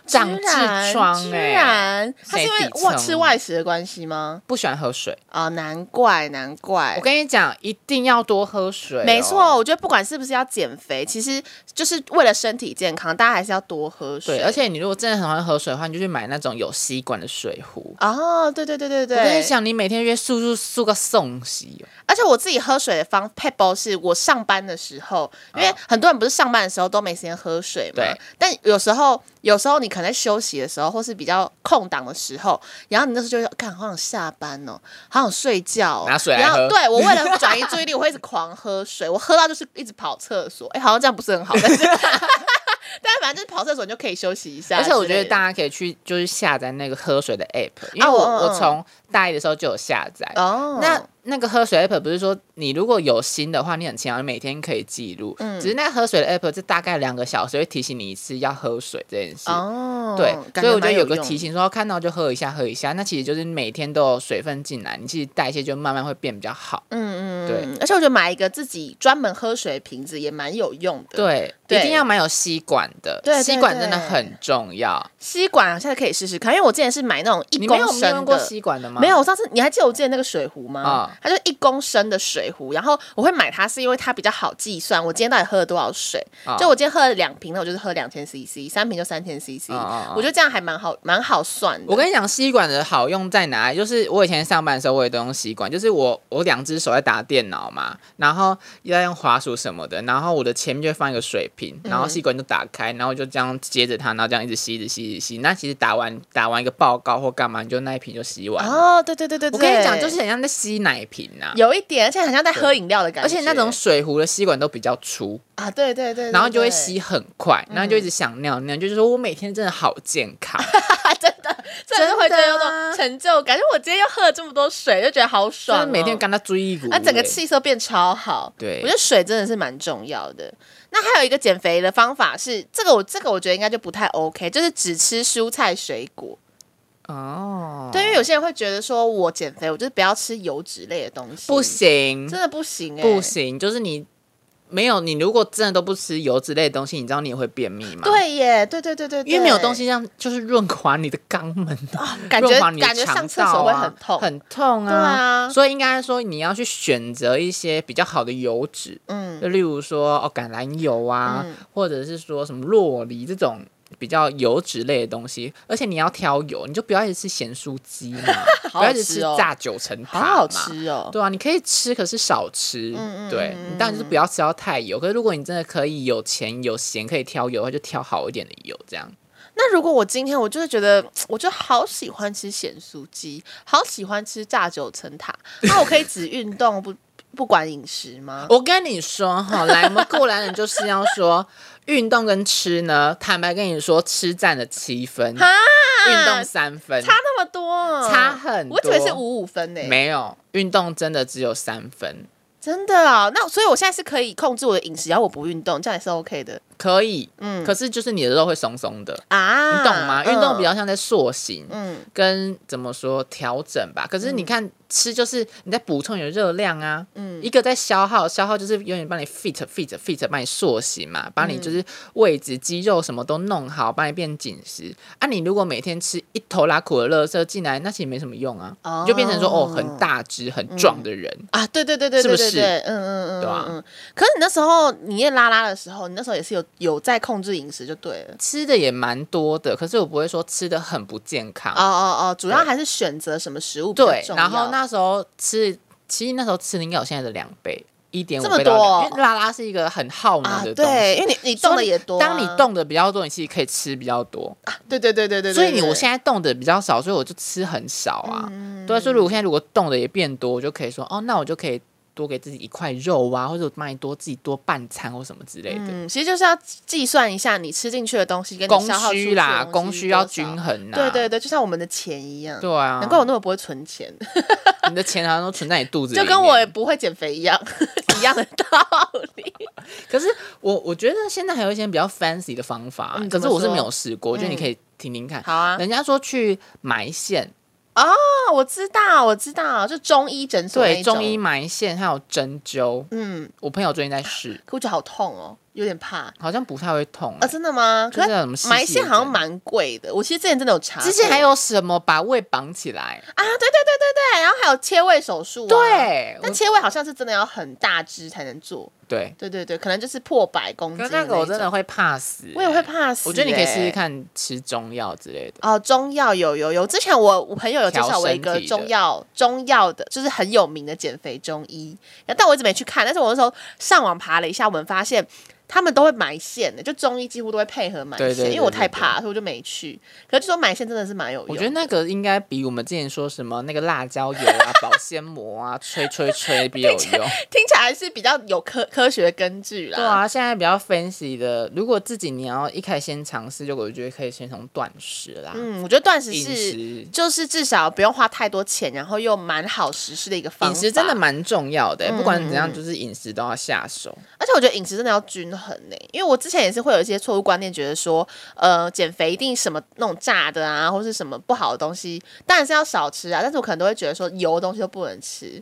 Speaker 2: 长
Speaker 1: 居然
Speaker 2: 痔疮
Speaker 1: 居
Speaker 2: 哎，
Speaker 1: 然他是因
Speaker 2: 谁
Speaker 1: 为
Speaker 2: 底层
Speaker 1: 哇吃外食的关系吗？
Speaker 2: 不喜欢喝水。
Speaker 1: 啊，难怪难怪，
Speaker 2: 我跟你讲，一定要多喝水哦、
Speaker 1: 没错，我觉得不管是不是要减肥，其实就是为了身体健康，大家还是要多喝水。
Speaker 2: 对，而且你如果真的很喜欢喝水的话，你就去买那种有吸管的水壶。
Speaker 1: 哦，对对对对对，
Speaker 2: 我跟你讲，你每天约速速速个送洗、哦，
Speaker 1: 而且我自己喝水的方 p e b l 是我上班的时候，因为很多人不是上班的时候都没时间喝水嘛。
Speaker 2: 啊对。
Speaker 1: 但有时候，有时候你可能在休息的时候，或是比较空档的时候，然后你那时候就会看，好想下班哦，好想睡觉、哦，
Speaker 2: 拿水来
Speaker 1: 然后
Speaker 2: 喝
Speaker 1: 对我为了转移注意力，我会一直狂喝水，我喝到就是一直跑厕所。哎，好像这样不是很好，但是 但反正就是跑厕所你就可以休息一下之
Speaker 2: 而
Speaker 1: 类
Speaker 2: 且
Speaker 1: 的。
Speaker 2: 我觉得大家可以去就是下载那个喝水的 app，因为
Speaker 1: 哦
Speaker 2: 我、
Speaker 1: 哦
Speaker 2: 我从大一的时候就有下载，
Speaker 1: 哦，
Speaker 2: 那那个喝水 app 不是说你如果有心的话，你很强，你每天可以记录。
Speaker 1: 嗯
Speaker 2: 只是那喝水的 app 是大概两个小时会提醒你一次要喝水这件事。
Speaker 1: 哦，
Speaker 2: 对，
Speaker 1: 感
Speaker 2: 所以我觉得
Speaker 1: 蛮
Speaker 2: 有个
Speaker 1: 用
Speaker 2: 提醒说，哦看到就喝一下，喝一下。那其实就是每天都有水分进来，你其实代谢就慢慢会变比较好。
Speaker 1: 嗯嗯，嗯
Speaker 2: 对
Speaker 1: 嗯，而且我觉得买一个自己专门喝水瓶子也蛮有用的。，
Speaker 2: 对，
Speaker 1: 对
Speaker 2: 一定要蛮有吸管的
Speaker 1: 对，对
Speaker 2: 吸管真的
Speaker 1: 对
Speaker 2: 很重要。
Speaker 1: 吸管好像可以试试看，因为我之前是买那种一
Speaker 2: 你
Speaker 1: 公
Speaker 2: 没有没有
Speaker 1: 升
Speaker 2: 用过
Speaker 1: 的。
Speaker 2: 吸管的吗？
Speaker 1: 没有，我上次你还记得我之前那个水壶吗？
Speaker 2: 啊
Speaker 1: 它就一公升的水壶，然后我会买它是因为它比较好计算，我今天到底喝了多少水。
Speaker 2: 啊，
Speaker 1: 就我今天喝了两瓶，那我就是喝两千 CC，三瓶就三千 CC，
Speaker 2: 啊啊啊
Speaker 1: 我觉得这样还蛮好，蛮好算的。
Speaker 2: 我跟你讲，吸管的好用在哪里？就是我以前上班的时候，我也都用吸管，就是我我两只手在打电脑嘛，然后又在用滑鼠什么的，然后我的前面就会放一个水瓶，然
Speaker 1: 嗯
Speaker 2: 后吸管就打开，然后就这样接着它，然后这样一直吸，一直吸，一直吸。那其实打完打完一个报告或干嘛，你就那一瓶就吸完了。
Speaker 1: 哦，对对对对
Speaker 2: 我
Speaker 1: 对，
Speaker 2: 跟你讲，就是很像在吸奶瓶呐、
Speaker 1: 有一点，而且很像在喝饮料的感觉，
Speaker 2: 而且那种水壶的吸管都比较粗，
Speaker 1: 啊，对对对，对
Speaker 2: 然后就会
Speaker 1: 对嗯
Speaker 2: 吸很快，然后就一直想尿尿，就是说我每天真的好健 康。
Speaker 1: 真的会觉得有
Speaker 2: 真的
Speaker 1: 种
Speaker 2: 啊
Speaker 1: 成就感，因为我今天又喝了这么多水，就觉得好
Speaker 2: 就
Speaker 1: 爽、
Speaker 2: 是
Speaker 1: 哦。
Speaker 2: 每天跟他追一股、
Speaker 1: 啊，整个
Speaker 2: 欸
Speaker 1: 气色变超好。
Speaker 2: 对
Speaker 1: 我觉得水真的是蛮重要的。那还有一个减肥的方法是，这个我这个我觉得应该就不太 OK，就是只吃蔬菜水果。
Speaker 2: 哦，
Speaker 1: 对，因为有些人会觉得说我减肥，我就是不要吃油脂类的东西，
Speaker 2: 不，行，
Speaker 1: 真的不行、欸，
Speaker 2: 不。行，就是你没有你，如果真的都不吃油脂类的东西，你知道你也会便秘吗？。
Speaker 1: 对耶，对对对对对
Speaker 2: 因为没有东西让就是润滑你的肛门，
Speaker 1: 感
Speaker 2: 润
Speaker 1: 觉、
Speaker 2: 滑你的
Speaker 1: 感觉
Speaker 2: 肠
Speaker 1: 上厕所会
Speaker 2: 道啊
Speaker 1: 很痛，
Speaker 2: 很痛
Speaker 1: 对
Speaker 2: 啊。
Speaker 1: 啊，
Speaker 2: 所以应该说你要去选择一些比较好的油脂，
Speaker 1: 嗯，
Speaker 2: 就例如说哦橄榄油啊，
Speaker 1: 嗯
Speaker 2: 或者是说什么洛梨这种比较油脂类的东西，而且你要挑油，你就不要一直吃咸酥鸡嘛，
Speaker 1: 好
Speaker 2: 不要
Speaker 1: 好
Speaker 2: 一直吃
Speaker 1: 吃哦
Speaker 2: 炸九层塔
Speaker 1: 好
Speaker 2: 嘛，
Speaker 1: 好吃哦。
Speaker 2: 对啊，你可以吃，可是少吃。
Speaker 1: 嗯嗯
Speaker 2: 对，
Speaker 1: 嗯
Speaker 2: 你当然就是不要吃到太油。可是如果你真的可以有钱有闲，可以挑油的话，就挑好一点的油，这样。
Speaker 1: 那如果我今天我就是觉得，我就好喜欢吃咸酥鸡，好喜欢吃炸九层塔，那我可以只运动不不管饮食吗？
Speaker 2: 我跟你说哈，来，我们过来人就是要说，运动跟吃呢，坦白跟你说，吃占了七分，
Speaker 1: 哈
Speaker 2: 运动三分，
Speaker 1: 差那么多，
Speaker 2: 差很多
Speaker 1: 我以为是五五分呢、
Speaker 2: 没有运动真的只有三分，
Speaker 1: 真的啊。那所以我现在是可以控制我的饮食，然后我不运动，这样也是 OK 的。
Speaker 2: 可以，
Speaker 1: 嗯
Speaker 2: 可是就是你的肉会松松的，
Speaker 1: 啊，
Speaker 2: 你懂吗？运动比较
Speaker 1: 嗯
Speaker 2: 像在塑形，
Speaker 1: 嗯
Speaker 2: 跟怎么说调整吧。可是你看、吃，就是你在补充你的热量啊，
Speaker 1: 嗯
Speaker 2: 一个在消耗，消耗就是永远帮你 fit fit fit，帮你塑形嘛，把你就是位置、肌肉什么都弄好，把你变紧实。啊，你如果每天吃一头拉苦的垃圾进来，那其实没什么用啊，
Speaker 1: 哦
Speaker 2: 你就变成说哦很大只、很壮的人。
Speaker 1: 啊，对对对对
Speaker 2: 是不
Speaker 1: 对
Speaker 2: 是
Speaker 1: 对对，嗯嗯嗯，
Speaker 2: 对啊
Speaker 1: 嗯嗯。可是你那时候你夜拉拉的时候，你那时候也是有有在控制饮食就对了。
Speaker 2: 吃的也蛮多的，可是我不会说吃的很不健康。
Speaker 1: 哦哦哦，主要
Speaker 2: 对
Speaker 1: 还是选择什么食物比较
Speaker 2: 对，
Speaker 1: 重
Speaker 2: 然后
Speaker 1: 要
Speaker 2: 那时候吃，其实那时候吃的应该有现在的两倍，一点五
Speaker 1: 这么
Speaker 2: 倍到
Speaker 1: 多哦
Speaker 2: 两倍，因为拉拉是一个很耗
Speaker 1: 啊
Speaker 2: 能的，东西。
Speaker 1: 对，因为你你动的也多啊、
Speaker 2: 当你动的比较多，你其实可以吃比较多。
Speaker 1: 对，对对对对对嗯
Speaker 2: 所以你我现
Speaker 1: 在
Speaker 2: 在动的比较少，所以我就吃很少啊。对，所以如果现在如果动的也变多，我就可以说哦，那我就可以多给自己一块肉啊，或者我帮你多自己多半餐或什么之类的。
Speaker 1: 嗯，其实就是要计算一下你吃进去的东西跟你
Speaker 2: 供
Speaker 1: 消耗出去
Speaker 2: 需
Speaker 1: 的
Speaker 2: 啦，
Speaker 1: 东西
Speaker 2: 供需要
Speaker 1: 多少
Speaker 2: 均。衡啊。
Speaker 1: 对对对，就像我们的钱一样。
Speaker 2: 对啊，
Speaker 1: 难怪我那么不会存钱，
Speaker 2: 你的钱好像都存在你肚子里
Speaker 1: 就
Speaker 2: 面，
Speaker 1: 跟我也不会减肥一样， 一样的道理。
Speaker 2: 可是我我觉得现在还有一些比较 fancy 的方法，
Speaker 1: 嗯
Speaker 2: 可
Speaker 1: 怎
Speaker 2: 是
Speaker 1: 么
Speaker 2: 我是
Speaker 1: 说
Speaker 2: 没有试过，我觉得你可以听听看。
Speaker 1: 好啊，
Speaker 2: 人家说去埋线，
Speaker 1: 哦，我知道，我知道，就中医诊所那
Speaker 2: 对，
Speaker 1: 一种
Speaker 2: 中医，埋线还有针灸，
Speaker 1: 嗯，
Speaker 2: 我朋友最近在试，
Speaker 1: 可我觉得好痛哦，有点怕啊、
Speaker 2: 好像不太会痛、欸。
Speaker 1: 真的吗？
Speaker 2: 嗯就
Speaker 1: 可
Speaker 2: 是
Speaker 1: 是
Speaker 2: 那种细细的
Speaker 1: 埋线好像蛮贵的，我其实之前真的有查过，
Speaker 2: 之前还有什么把胃绑起来？
Speaker 1: 啊，对对对对对，然后还有切胃手术、啊，，
Speaker 2: 对，
Speaker 1: 但
Speaker 2: 我
Speaker 1: 切胃好像是真的要很大只才能做，
Speaker 2: 对。
Speaker 1: 对对对，可能就是破百公斤
Speaker 2: 可
Speaker 1: 的
Speaker 2: 是
Speaker 1: 那
Speaker 2: 那
Speaker 1: 种。
Speaker 2: 个我真的会怕死、欸
Speaker 1: 我也会。怕死、
Speaker 2: 我觉得你可以试试。看吃中药之类的。
Speaker 1: 哦，中药有有有，之前我我朋友有介绍我一
Speaker 2: 调
Speaker 1: 个
Speaker 2: 身体的
Speaker 1: 中药中药的，就是很有名的减肥中医，但我一直没去看。但是我那时候上网爬了一下，我们发现他们都会埋线的，就中医几乎都会配合埋线，
Speaker 2: 对对对
Speaker 1: 因为我太怕，所以我就没去。可是就说埋线真的是蛮有用的，
Speaker 2: 我觉得那个应该比我们之前说什么那个辣椒油啊、 保鲜膜啊、吹吹吹比 较有用。
Speaker 1: 听起来是比较有科科学根据啦。
Speaker 2: 对啊，现在比较分析的，如果自己你要一开始先尝试，就我觉得可以先从断食啦，
Speaker 1: 嗯，我觉得断食
Speaker 2: 饮、
Speaker 1: 是
Speaker 2: 食。
Speaker 1: 就是至少不用花太多钱，然后又蛮好实施的一个方法。
Speaker 2: 饮食真的，蛮重要的、不管怎
Speaker 1: 嗯
Speaker 2: 样，
Speaker 1: 嗯
Speaker 2: 就是饮食都要下手。
Speaker 1: 而且我觉得饮食真的要均衡呢、因为我之前也是会有一些错误观念，觉得说，呃，减肥一定什么那种炸的啊，或是什么不好的东西，当然是要少吃啊，但是我可能都会觉得说油的东西都不能吃。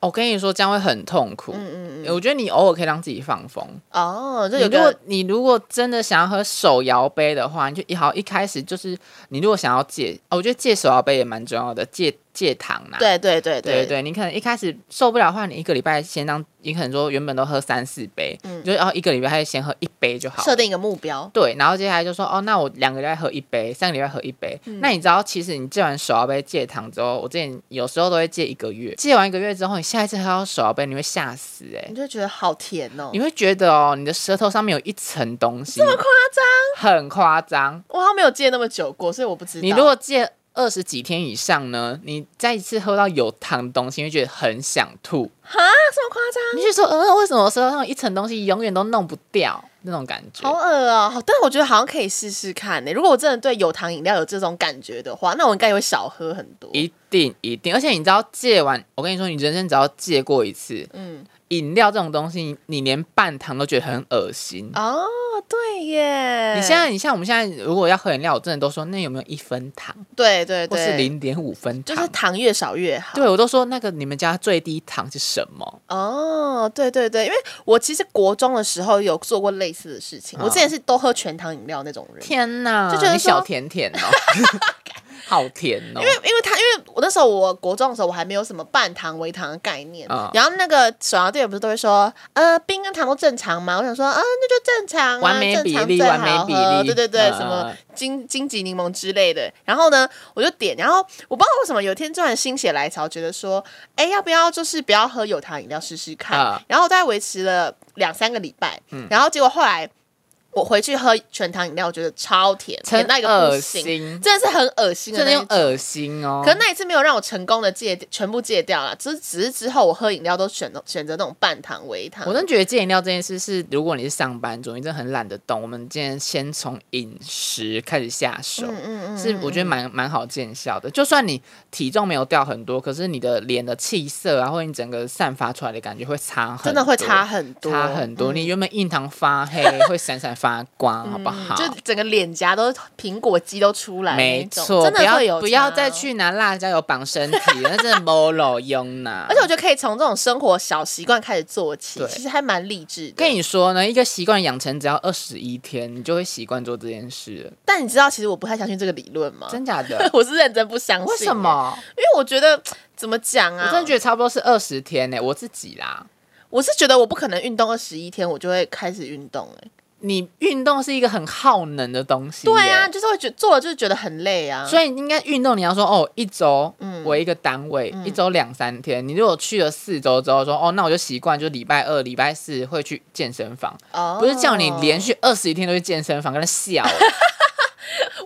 Speaker 2: 我跟你说，这样会很痛苦。嗯嗯嗯，我觉得你偶尔可以让自己放风。
Speaker 1: 哦，就
Speaker 2: 你
Speaker 1: 有
Speaker 2: 如果
Speaker 1: 个
Speaker 2: 你如果真的想要喝手摇杯的话，你就一好一开始就是你如果想要戒，哦我觉得戒手摇杯也蛮重要的，戒戒糖啊啦。
Speaker 1: 对对对
Speaker 2: 对
Speaker 1: 对
Speaker 2: 对对，你可能一开始受不了的话，你一个礼拜先当，你可能说原本都喝三四杯，嗯，就哦一个礼拜先喝一杯就好了
Speaker 1: 设定一个目标，
Speaker 2: 对，然后接下来就说哦，那我两个礼拜喝一杯，三个礼拜喝一杯。那你知道，其实你戒完手摇杯戒糖之后，我之前有时候都会戒一个月。戒完一个月之后，你下一次喝到手摇杯，你会吓死哎、
Speaker 1: 你就觉得好甜哦
Speaker 2: 你。会觉得哦，你的舌头上面有一层东西，这么夸张，很夸张。
Speaker 1: 我好像没有戒那么久过，所以我不知道。
Speaker 2: 你如果戒二十几天以上呢，你再一次喝到有糖的东西，你会觉得很想吐。
Speaker 1: 哈这么夸张，
Speaker 2: 你就说，嗯，为什么我舌头上有一层东西永远都弄不掉那种感觉？
Speaker 1: 好恶哦、好，但我觉得好像可以试试看呢、如果我真的对有糖饮料有这种感觉的话，那我应该也会少喝很多。
Speaker 2: 一定一定，而且你知道戒完，我跟你说，你人生只要戒过一次，
Speaker 1: 嗯，
Speaker 2: 饮料这种东西，你连半糖都觉得很恶心。
Speaker 1: 哦，对耶，
Speaker 2: 你现在，你像我们现在，如果要喝饮料，我真的都说那有没有一分糖，
Speaker 1: 对对
Speaker 2: 或
Speaker 1: 对，
Speaker 2: 是零点五分
Speaker 1: 就
Speaker 2: 糖？
Speaker 1: 是糖越少越好。
Speaker 2: 对我都说那个你们家最低糖是什么？
Speaker 1: 哦，对对对，因为我其实国中的时候有做过类似的事情，
Speaker 2: 哦
Speaker 1: 我之前是都喝全糖饮料那种人。
Speaker 2: 天哪，
Speaker 1: 就觉得
Speaker 2: 你
Speaker 1: 说
Speaker 2: 小甜甜哦， 好甜哦。因
Speaker 1: 因为因为他因为我那时候我国中的时候我还没有什么半糖微糖的概念，
Speaker 2: 嗯
Speaker 1: 然后那个手摇店不是都会说呃冰跟糖都正常嘛，我想说啊那就正常、啊，
Speaker 2: 完美比例
Speaker 1: 正常最好
Speaker 2: 完美比
Speaker 1: 喝
Speaker 2: 例
Speaker 1: 对对对，
Speaker 2: 嗯
Speaker 1: 什么金金桔柠檬之类的。然后呢我就点，然后我不知道为什么有一天突然心血来潮，觉得说哎要不要就是不要喝有糖饮料试试看，
Speaker 2: 嗯
Speaker 1: 然后大概维持了两三个礼拜，然后结果后来。我回去喝全糖饮料，我觉得超甜，甜到一个不
Speaker 2: 恶
Speaker 1: 行，
Speaker 2: 心，
Speaker 1: 真的是很恶心的
Speaker 2: 真
Speaker 1: 那
Speaker 2: 的
Speaker 1: 一
Speaker 2: 用
Speaker 1: 种。
Speaker 2: 恶心哦。
Speaker 1: 可是那一次没有让我成功的戒全部戒掉了，只是只是之后我喝饮料都选选择那种半糖、微糖。
Speaker 2: 我真的觉得戒饮料这件事是，如果你是上班族，你真的很懒得动，我们今天先从饮食开始下手，
Speaker 1: 嗯嗯嗯，
Speaker 2: 是我觉得蛮蛮好见效的。就算你体重没有掉很多，可是你的脸的气色啊，或者你整个散发出来的感觉会差很多，
Speaker 1: 真的会差很多，嗯
Speaker 2: 差很多。你原本印堂 发黑，会闪闪发光，好不好？
Speaker 1: 嗯就整个脸颊都苹果肌都出来那
Speaker 2: 没
Speaker 1: 种，
Speaker 2: 错，
Speaker 1: 真
Speaker 2: 不
Speaker 1: 的会有
Speaker 2: 要不要
Speaker 1: 差
Speaker 2: 再。去拿辣椒油绑身体，那真的没路用呐、
Speaker 1: 而且我觉得可以从这种生活小习惯开始做起，
Speaker 2: 对
Speaker 1: 其实还蛮励志的。
Speaker 2: 跟你说呢，一个习惯养成只要二十一天，你就会习惯做这件事了。
Speaker 1: 但你知道，其实我不太相信这个理论吗？
Speaker 2: 真假 的？
Speaker 1: 我是认真不相信。
Speaker 2: 为什？么？
Speaker 1: 因为我觉得怎么讲啊？
Speaker 2: 我真的觉得差不多是二十天呢、欸我自己啦。
Speaker 1: 我是觉得我不可能运动二十一天，我就会开始运动、欸。
Speaker 2: 你运动是一个很耗能的东西、
Speaker 1: 对啊，，就是会觉做了就是觉得很累啊。
Speaker 2: 所以应该运动你要说哦，一周
Speaker 1: 嗯
Speaker 2: 为一个单位，一周两三天。你如果去了四周之后说哦，那我就习惯，就礼拜二、礼拜四会去健身房，
Speaker 1: 哦
Speaker 2: 不是叫你连。续二十一天都去健身房，跟他 笑、欸，
Speaker 1: 哦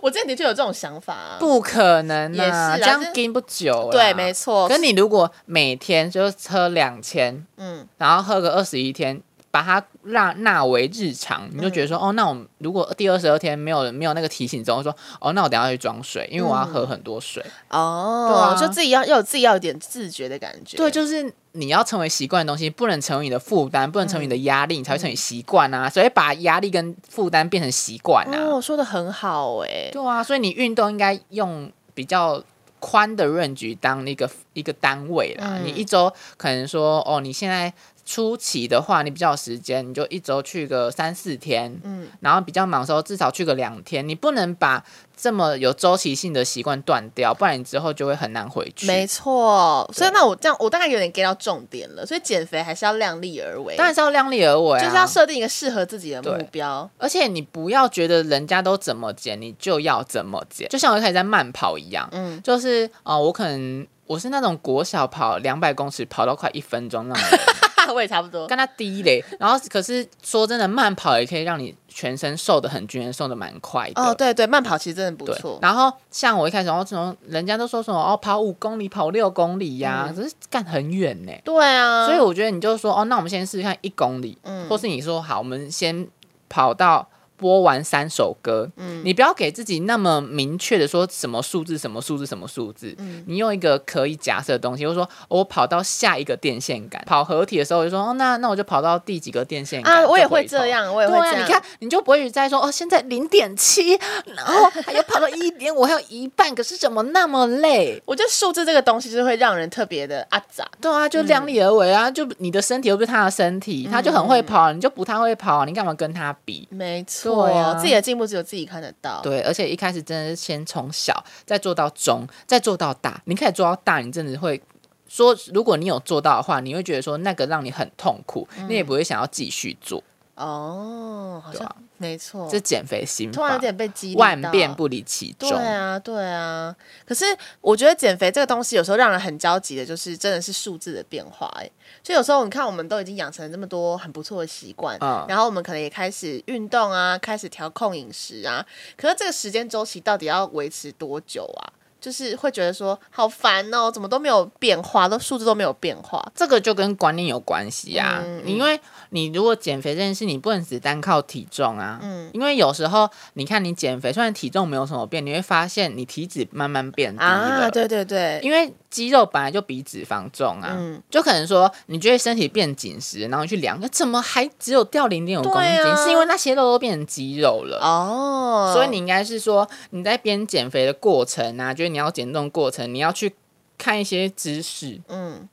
Speaker 1: 我之前的确有这种想法、啊。，
Speaker 2: 不可能
Speaker 1: 也是啦
Speaker 2: 啊，这样
Speaker 1: 就是
Speaker 2: 盯不久啦。
Speaker 1: 对，啊没错。
Speaker 2: 可你如果每天就喝两千，
Speaker 1: 嗯，
Speaker 2: 然后喝个二十一天，把它纳纳为日常，你就觉得说，哦，那我们如果第二十二天没有没有那个提醒之后，说，哦，那我等一下去装水，因为我要喝很多水。
Speaker 1: 哦，
Speaker 2: 对啊
Speaker 1: 就自己要要有自己要有点自觉的感觉。
Speaker 2: 对，就是你要成为习惯的东西，不能成为你的负担，不能成为你的压力，你才会成为习惯啊。所以把压力跟负担变成习惯啊。
Speaker 1: 哦，说的很好哎、欸。
Speaker 2: 对啊，所以你运动应该用比较宽的 range 当一个一个单位啦。
Speaker 1: 嗯
Speaker 2: 你一周可能说，哦，你现在初期的话，你比较有时间，你就一周去个三四天，
Speaker 1: 嗯
Speaker 2: 嗯，然后比较忙的时候至少去个两天。你不能把这么有周期性的习惯断掉，不然你之后就会很难回去。
Speaker 1: 没错，所以那我这样，我大概有点 get 到重点了。所以减肥还是要量力而为，
Speaker 2: 当然是要量力而为、啊，
Speaker 1: 就是要设定一个适合自己的目
Speaker 2: 对
Speaker 1: 标。
Speaker 2: 而且你不要觉得人家都怎么减，你就要怎么减，就像我一开始在慢跑一样，
Speaker 1: 嗯，
Speaker 2: 就是呃，我可能我是那种国小跑两百公尺跑到快一分钟那种 人，
Speaker 1: 哈哈，我也差不多。
Speaker 2: 跟他低嘞。然后可是说真的，慢跑也可以让你全身瘦的很均匀，瘦的蛮快的。
Speaker 1: 哦，对对，慢跑其实真的不
Speaker 2: 对
Speaker 1: 错。
Speaker 2: 然后像我一开始，然后从人家都说什么哦，跑五公里、跑六公里呀、
Speaker 1: 嗯
Speaker 2: 可是干很远呢。
Speaker 1: 对啊，
Speaker 2: 所
Speaker 1: 嗯
Speaker 2: 以我觉得你就说哦，那我们先试试看一公里，或是你说好，我们先跑到播完三首歌，嗯，你不要给自己那么明确的说什么数字、什么数字、什么数字，
Speaker 1: 嗯
Speaker 2: 你用一个可以假设的东西，或者说、哦我跑到下一个电线杆，跑合体的时候我就说，哦，那那我就跑到第几个电线杆
Speaker 1: 啊，我也
Speaker 2: 就回
Speaker 1: 会
Speaker 2: 头
Speaker 1: 这。样，我也会
Speaker 2: 对
Speaker 1: 这
Speaker 2: 啊，
Speaker 1: 样。
Speaker 2: 你看，，你就不会再说哦，现在零点七，然后还要跑到一点五，还有一半，可是怎么那么累？
Speaker 1: 我觉得数字这个东西就是会让人特别的阿杂，
Speaker 2: 对啊，就量力而为啊！就你的身体又不是他的身
Speaker 1: 嗯
Speaker 2: 体，他就很会跑，你就不太会跑，你干嘛跟他比？
Speaker 1: 没错、
Speaker 2: 对啊
Speaker 1: 自己的进步只有自己看得到。
Speaker 2: 对，而且一开始真的是先从小，再做到中，再做到大。你可以做到大，你真的会说，如果你有做到的话，你会觉得说那个让你很痛苦，你也
Speaker 1: 嗯
Speaker 2: 不会想要继续做。
Speaker 1: 哦，好
Speaker 2: 对
Speaker 1: 像、
Speaker 2: 啊
Speaker 1: 没错，
Speaker 2: 这减肥心
Speaker 1: 哦突然
Speaker 2: 法
Speaker 1: 有，点被激励到
Speaker 2: 万变不离其
Speaker 1: 对
Speaker 2: 宗。
Speaker 1: 啊，对啊。可是我觉得减肥这个东西有时候让人很焦急的，就是真的是数字的变化、欸。所以有时候你看，我们都已经养成了这么多很不错的习惯，
Speaker 2: 嗯
Speaker 1: 然后我们可能也开始运动啊，开始调控饮食啊。可是这个时间周期到底要维持多久啊？就是会觉得说好烦哦，怎么都没有变化，都数字都没有变化。
Speaker 2: 这个就跟观念有关系啊，
Speaker 1: 嗯
Speaker 2: 因为你如果减肥这件事，你不能只单靠体重啊，
Speaker 1: 嗯
Speaker 2: 因为有时候你看你减肥，虽然体重没有什么变，你会发现你体脂慢慢变低了，
Speaker 1: 啊，对对对，
Speaker 2: 因为肌肉本来就比脂肪重啊，
Speaker 1: 嗯
Speaker 2: 就可能说你觉得身体变紧实，然后你去量，那怎么还只有掉零点五
Speaker 1: 对
Speaker 2: 公斤？
Speaker 1: 啊
Speaker 2: 是因为那些肉都变成肌肉了。
Speaker 1: 哦，
Speaker 2: 所以你应该是说你在边减肥的过程啊，就是你要减重过程，你要去看一些知识，
Speaker 1: 嗯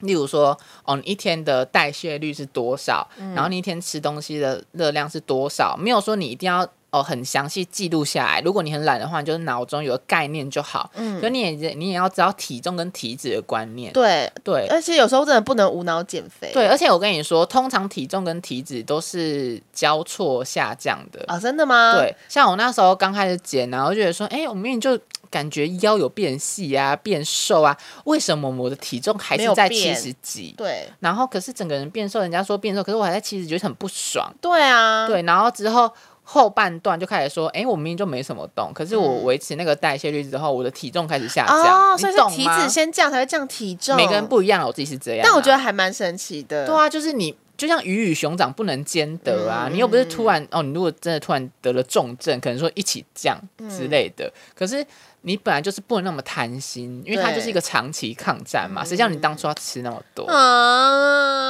Speaker 2: 例如说，哦，你一天的代谢率是多少，
Speaker 1: 嗯
Speaker 2: 然后你一天吃东西的热量是多少，没有说你一定要哦很详细记录下来。如果你很懒的话，你就是脑中有个概念就好。可
Speaker 1: 嗯，
Speaker 2: 你也你也要知道体重跟体脂的观念。
Speaker 1: 对，
Speaker 2: 对
Speaker 1: 而且有时候真的不能无脑减肥，
Speaker 2: 对，而且我跟你说，通常体重跟体脂都是交错下降的。
Speaker 1: 啊，真的吗？
Speaker 2: 对，像我那时候刚开始减，然后就觉得说，哎、我明明就感觉腰有变细啊、变瘦啊，为什么我的体重还
Speaker 1: 没
Speaker 2: 是
Speaker 1: 有
Speaker 2: 在七
Speaker 1: 变
Speaker 2: 十几？
Speaker 1: 对
Speaker 2: 然后可是整个人变瘦，人家说变瘦，可是我还在七十，觉得很不爽。
Speaker 1: 对啊，
Speaker 2: 对，然后之后后半段就开始说，哎，我明明就没什么动，可是我
Speaker 1: 嗯
Speaker 2: 维持那个代谢率之后，我的体重开始下降，
Speaker 1: 哦，所以
Speaker 2: 你
Speaker 1: 是
Speaker 2: 懂
Speaker 1: 体
Speaker 2: 吗
Speaker 1: 脂先降才会降体重，
Speaker 2: 每个人，不一样，我自己是这样啊、
Speaker 1: 但我觉得还蛮神奇的。
Speaker 2: 对啊，就是你。就像鱼与熊掌不能兼得啊，
Speaker 1: 嗯
Speaker 2: 你又不是突然哦，你如果真的突然得了重症，可能说一起降之类的，
Speaker 1: 嗯
Speaker 2: 可是你本来就是不能那么贪心，因为它
Speaker 1: 对
Speaker 2: 就是一个长期抗战嘛，谁叫你当初要吃那么多？
Speaker 1: 嗯啊，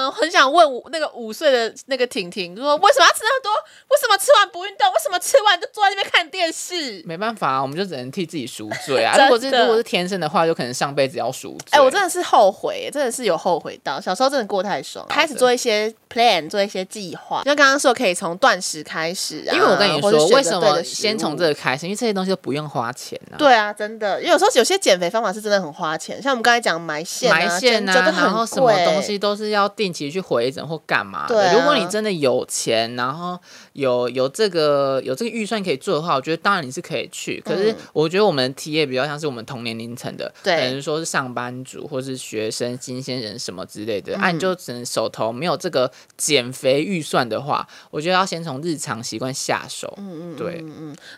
Speaker 1: 我很想问五那个五岁的那个婷婷说，为什么要吃那么多？为什么吃完不运动？为什么吃完就坐在那边看电视？
Speaker 2: 没办法、啊，我们就只能替自己赎罪啊。
Speaker 1: 真的
Speaker 2: 如果是如果是天生的话，就可能上辈子要赎罪。
Speaker 1: 哎、我真的是后悔，真的是有后悔到小时候真的过太爽，开始做一些 plan，做一些计划，就像刚刚说可以从断食开始啊，
Speaker 2: 因为我跟你
Speaker 1: 或是
Speaker 2: 说，
Speaker 1: 选
Speaker 2: 为
Speaker 1: 择
Speaker 2: 什
Speaker 1: 对的
Speaker 2: 么
Speaker 1: 食
Speaker 2: 先从
Speaker 1: 物
Speaker 2: 这个开始？因为这些东西都不用花钱啊。
Speaker 1: 对啊，真的，因为有时候有些减肥方法是真的很花钱，像我们刚才讲埋线、啊、
Speaker 2: 埋线
Speaker 1: 针灸都
Speaker 2: 啊，然后
Speaker 1: 很
Speaker 2: 什么
Speaker 1: 贵
Speaker 2: 东西都是要定期去回诊或干嘛的。
Speaker 1: 对啊
Speaker 2: 如果你真的有钱，然后有有这个有这个预算可以做的话，我觉得当然你是可以去。可是
Speaker 1: 嗯
Speaker 2: 我觉得我们的 T 也比较像是我们同年龄层的，
Speaker 1: 对
Speaker 2: 可能说是上班族或是学生、新鲜人什么之类的。啊，
Speaker 1: 嗯
Speaker 2: 你就只能手头没有这个减肥预算的话，我觉得要先从日常习惯下手。嗯嗯，对。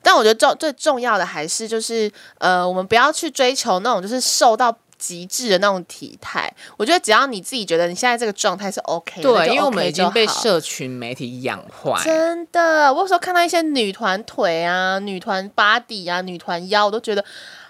Speaker 1: 但我觉得重最重要的还是就是，呃，我们不要去追求那种就是瘦到极致的那种体态。我觉得只要你自己觉得你现在这个状态是 OK 的，那
Speaker 2: 对，
Speaker 1: 就
Speaker 2: 因为我
Speaker 1: OK
Speaker 2: 们已经
Speaker 1: 就
Speaker 2: 被
Speaker 1: 好
Speaker 2: 社群媒体养坏，
Speaker 1: 真的，我有时候看到一些女团腿啊、女团 body 啊、女团腰，我都觉得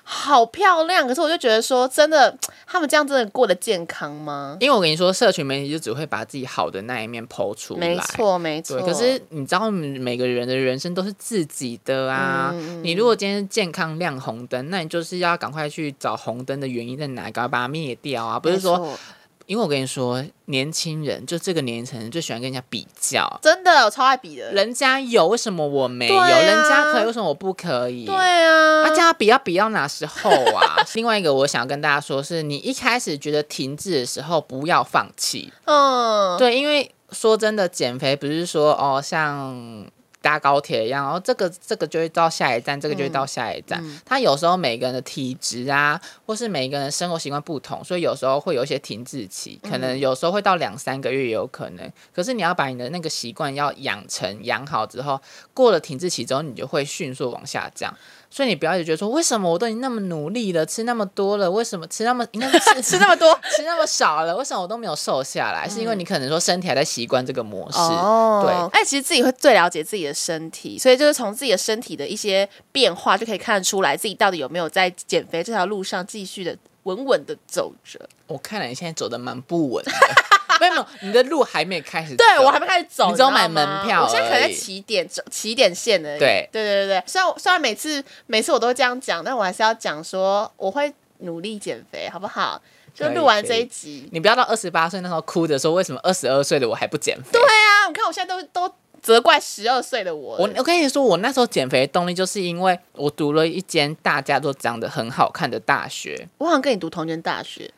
Speaker 1: 好漂亮。可是我就觉得说，真的，她们这样真的过得健康吗？
Speaker 2: 因为我跟你说，社群媒体就只会把自己好的那一面剖出来。
Speaker 1: 没错，没错。
Speaker 2: 对，可是你知道，每个人的人生都是自己的啊。
Speaker 1: 嗯
Speaker 2: 你如果今天是健康亮红灯，那你就是要赶快去找红灯的原因在哪，赶快把它灭掉啊！不是
Speaker 1: 没
Speaker 2: 说，
Speaker 1: 错
Speaker 2: 因为我跟你说，年轻人就这个年龄层最喜欢跟人家比较，
Speaker 1: 真的，我超爱比的。
Speaker 2: 人家有为什么我没有？
Speaker 1: 对啊
Speaker 2: 人家可以为什么我不可以？
Speaker 1: 对啊，
Speaker 2: 啊，这样比要比到哪时候啊？ 另外一个我想跟大家说是，你一开始觉得停滞的时候，不要放弃。
Speaker 1: 嗯，
Speaker 2: 对，因为说真的，减肥不是说哦像搭高铁一样，然、后这个这个就会到下一站，这个就会到下一站。它有时候每个人的体质啊，或是每个人的生活习惯不同，所以有时候会有一些停滞期，可能有时候会到两三个月也有可能。可是你要把你的那个习惯要养成养好之后，过了停滞期之后，你就会迅速往下降。所以你不要一直觉得说，为什么我都已经那么努力了，吃那么多了，为什么吃那么应该是吃
Speaker 1: 吃那么多，
Speaker 2: 吃那么少了，为什么我都没有瘦下来？是因为你可能说身体还在习惯这个模式，
Speaker 1: 嗯哦，
Speaker 2: 对
Speaker 1: 哎，其实自己会最了解自己的身体，所以就是从自己的身体的一些变化就可以看得出来，自己到底有没有在减肥这条路上继续的稳稳的走着。
Speaker 2: 我看了你现在走的蛮不稳的， 没有没有，你的路还没开始走，
Speaker 1: 对我还没开始走，
Speaker 2: 你只有
Speaker 1: 知道
Speaker 2: 买
Speaker 1: 吗
Speaker 2: 门票
Speaker 1: 我现在可能
Speaker 2: 而
Speaker 1: 在
Speaker 2: 已
Speaker 1: 起点起点线而已。
Speaker 2: 对
Speaker 1: 对对对对虽然虽然每次每次我都会这样讲，但我还是要讲说我会努力减肥，好不好？就
Speaker 2: 可以
Speaker 1: 录完
Speaker 2: 可
Speaker 1: 这一
Speaker 2: 以
Speaker 1: 集，
Speaker 2: 你不要到二十八岁那时候哭着说，为什么二十二岁的我还不减肥？对
Speaker 1: 对啊，你看我现在都都责怪十二岁的我了，
Speaker 2: 我我跟你说，我那时候减肥的动力就是因为我读了一间大家都长得很好看的大学，
Speaker 1: 我好像跟你读同间大学。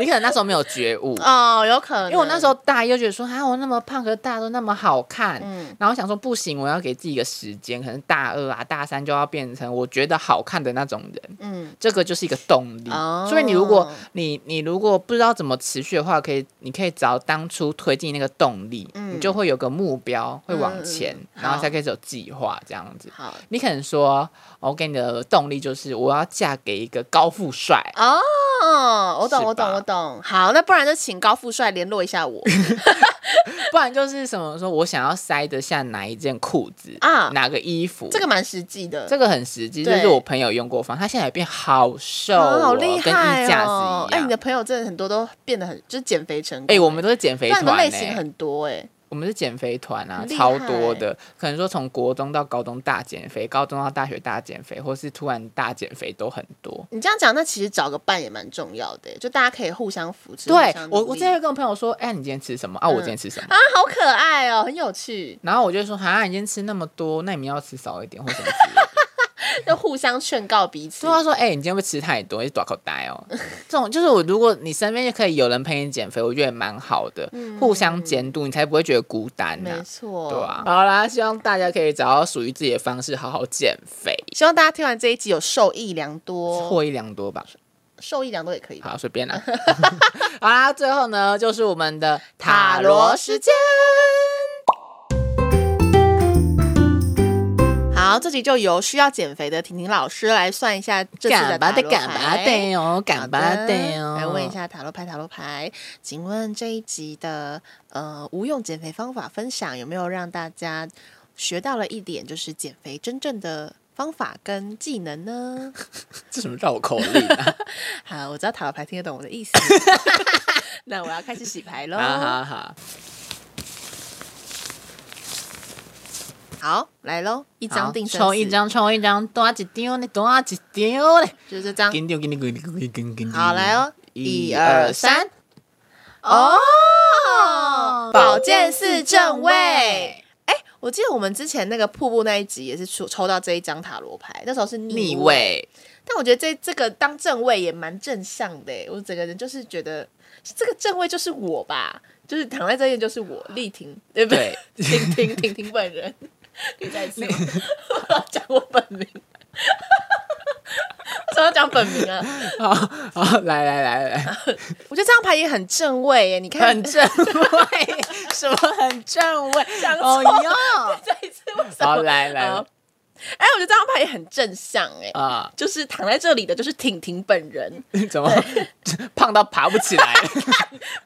Speaker 2: 你可能那时候没有觉悟
Speaker 1: 哦，有可能，
Speaker 2: 因为我那时候大一就觉得说，啊，我那么胖，可是大家都那么好看，
Speaker 1: 嗯
Speaker 2: 然后想说不行，我要给自己一个时间，可能大二啊、大三就要变成我觉得好看的那种人，
Speaker 1: 嗯
Speaker 2: 这个就是一个动力。
Speaker 1: 哦
Speaker 2: 所以你如果你你如果不知道怎么持续的话，可以你可以找当初推进那个动力，
Speaker 1: 嗯
Speaker 2: 你就会有个目标，会往前，
Speaker 1: 嗯嗯
Speaker 2: 然后
Speaker 1: 好
Speaker 2: 才开始有计划这样子。
Speaker 1: 好
Speaker 2: 你可能说，哦我给你的动力就是我要嫁给一个高富帅，
Speaker 1: 哦，我懂
Speaker 2: 是
Speaker 1: 我懂
Speaker 2: 吧
Speaker 1: 我懂，好，那不然就请高富帅联络一下 我
Speaker 2: 不然就是什么说我想要塞得下哪一件裤子
Speaker 1: 啊
Speaker 2: 哪个衣服，
Speaker 1: 这个蛮实际的，
Speaker 2: 这个很实际，就
Speaker 1: 对
Speaker 2: 是我朋友用过方，他现在也变好瘦、
Speaker 1: 啊
Speaker 2: 哦，
Speaker 1: 好厉
Speaker 2: 跟衣
Speaker 1: 害
Speaker 2: 架
Speaker 1: 哦！
Speaker 2: 子一
Speaker 1: 哎，
Speaker 2: 样
Speaker 1: 你。的朋友真的很多都变得很，就是减肥成功。
Speaker 2: 哎、我们都是减肥
Speaker 1: 那
Speaker 2: 团、
Speaker 1: 你
Speaker 2: 欸，
Speaker 1: 的类型很多哎，
Speaker 2: 我们是减肥团啊
Speaker 1: 很，厉
Speaker 2: 超多的，可能说从国中到高中大减肥，高中到大学大减肥，或是突然大减肥都很多。
Speaker 1: 你这样讲，那其实找个伴也蛮重要的欸，就大家可以互相扶持。互
Speaker 2: 对
Speaker 1: 相
Speaker 2: 我，
Speaker 1: 努
Speaker 2: 我
Speaker 1: 力
Speaker 2: 之前会跟我朋友说，哎、你今天吃什么啊？我今天吃什么？
Speaker 1: 啊，好可爱哦，很有趣，
Speaker 2: 然后我就说，啊，你今天吃那么多，那你们要吃少一点或什么之类的。
Speaker 1: 就互相劝告彼此
Speaker 2: 对。他说，哎、你今天会不会吃太多，你是多口呆 哦。这种就是我，如果你身边就可以有人陪你减肥，我觉得也蛮好的，互相监督，你才不会觉得孤单呐、
Speaker 1: 嗯没错，
Speaker 2: 对啊，好啦，希望大家可以找到属于自己的方式，好好减肥，
Speaker 1: 希望大家听完这一集有受益良多，
Speaker 2: 获益良多吧。
Speaker 1: 受益良多也可以吧。
Speaker 2: 好，随 便啦。 好啦，最后呢，就是我们的
Speaker 1: 塔
Speaker 2: 塔
Speaker 1: 罗
Speaker 2: 罗
Speaker 1: 时
Speaker 2: 师。
Speaker 1: 间。好，这集就由需要减肥的婷婷老师来算一下这次的塔
Speaker 2: 干巴的
Speaker 1: 罗
Speaker 2: 干巴
Speaker 1: 牌。
Speaker 2: 的哦，干巴的哦。
Speaker 1: 来问一，下塔罗牌，塔罗牌，请问这一集的呃无用减肥方法分享有没有让大家学到了一点，就是减肥真正的方法跟技能 呢？
Speaker 2: 这什么绕口令 啊？
Speaker 1: 好，我知道塔罗牌听得懂我的意思， 那我要开始洗牌喽。
Speaker 2: 哈哈哈。
Speaker 1: 好，来喽，一张
Speaker 2: 好
Speaker 1: 定生
Speaker 2: 抽一
Speaker 1: 死，
Speaker 2: 张，抽一张，多一张嘞，多一张嘞。
Speaker 1: 就是这张。
Speaker 2: 跟丢跟丢跟丢跟丢跟丢。
Speaker 1: 好，来哦，一
Speaker 2: 一
Speaker 1: 二
Speaker 2: 二
Speaker 1: 三
Speaker 2: 三，
Speaker 1: 哦，宝剑四正位。哎
Speaker 2: 位，
Speaker 1: 我记得我们之前那个瀑布那一集也是抽抽到这一张塔罗牌，那时候是逆
Speaker 2: 逆
Speaker 1: 位，
Speaker 2: 位。
Speaker 1: 但我觉得这这个当正位也蛮正向的耶，我整个人就是觉得这个正位就是我吧，就是躺在这边就是我丽婷，对不对？婷婷婷婷本 人，可以再一次吗 我要讲我本名， 为什么要讲本名啊？
Speaker 2: 好 好，哦来来来 来，
Speaker 1: 我觉得这张牌也很正位耶，你看
Speaker 2: 很正位，什么很正位？
Speaker 1: 讲错
Speaker 2: 哦哟，
Speaker 1: 再一次为什么？
Speaker 2: 好来来
Speaker 1: 好哎、我觉得这张牌也很正向哎、
Speaker 2: 啊，
Speaker 1: 就是躺在这里的就是婷婷本人，
Speaker 2: 怎么 胖到爬不 起来？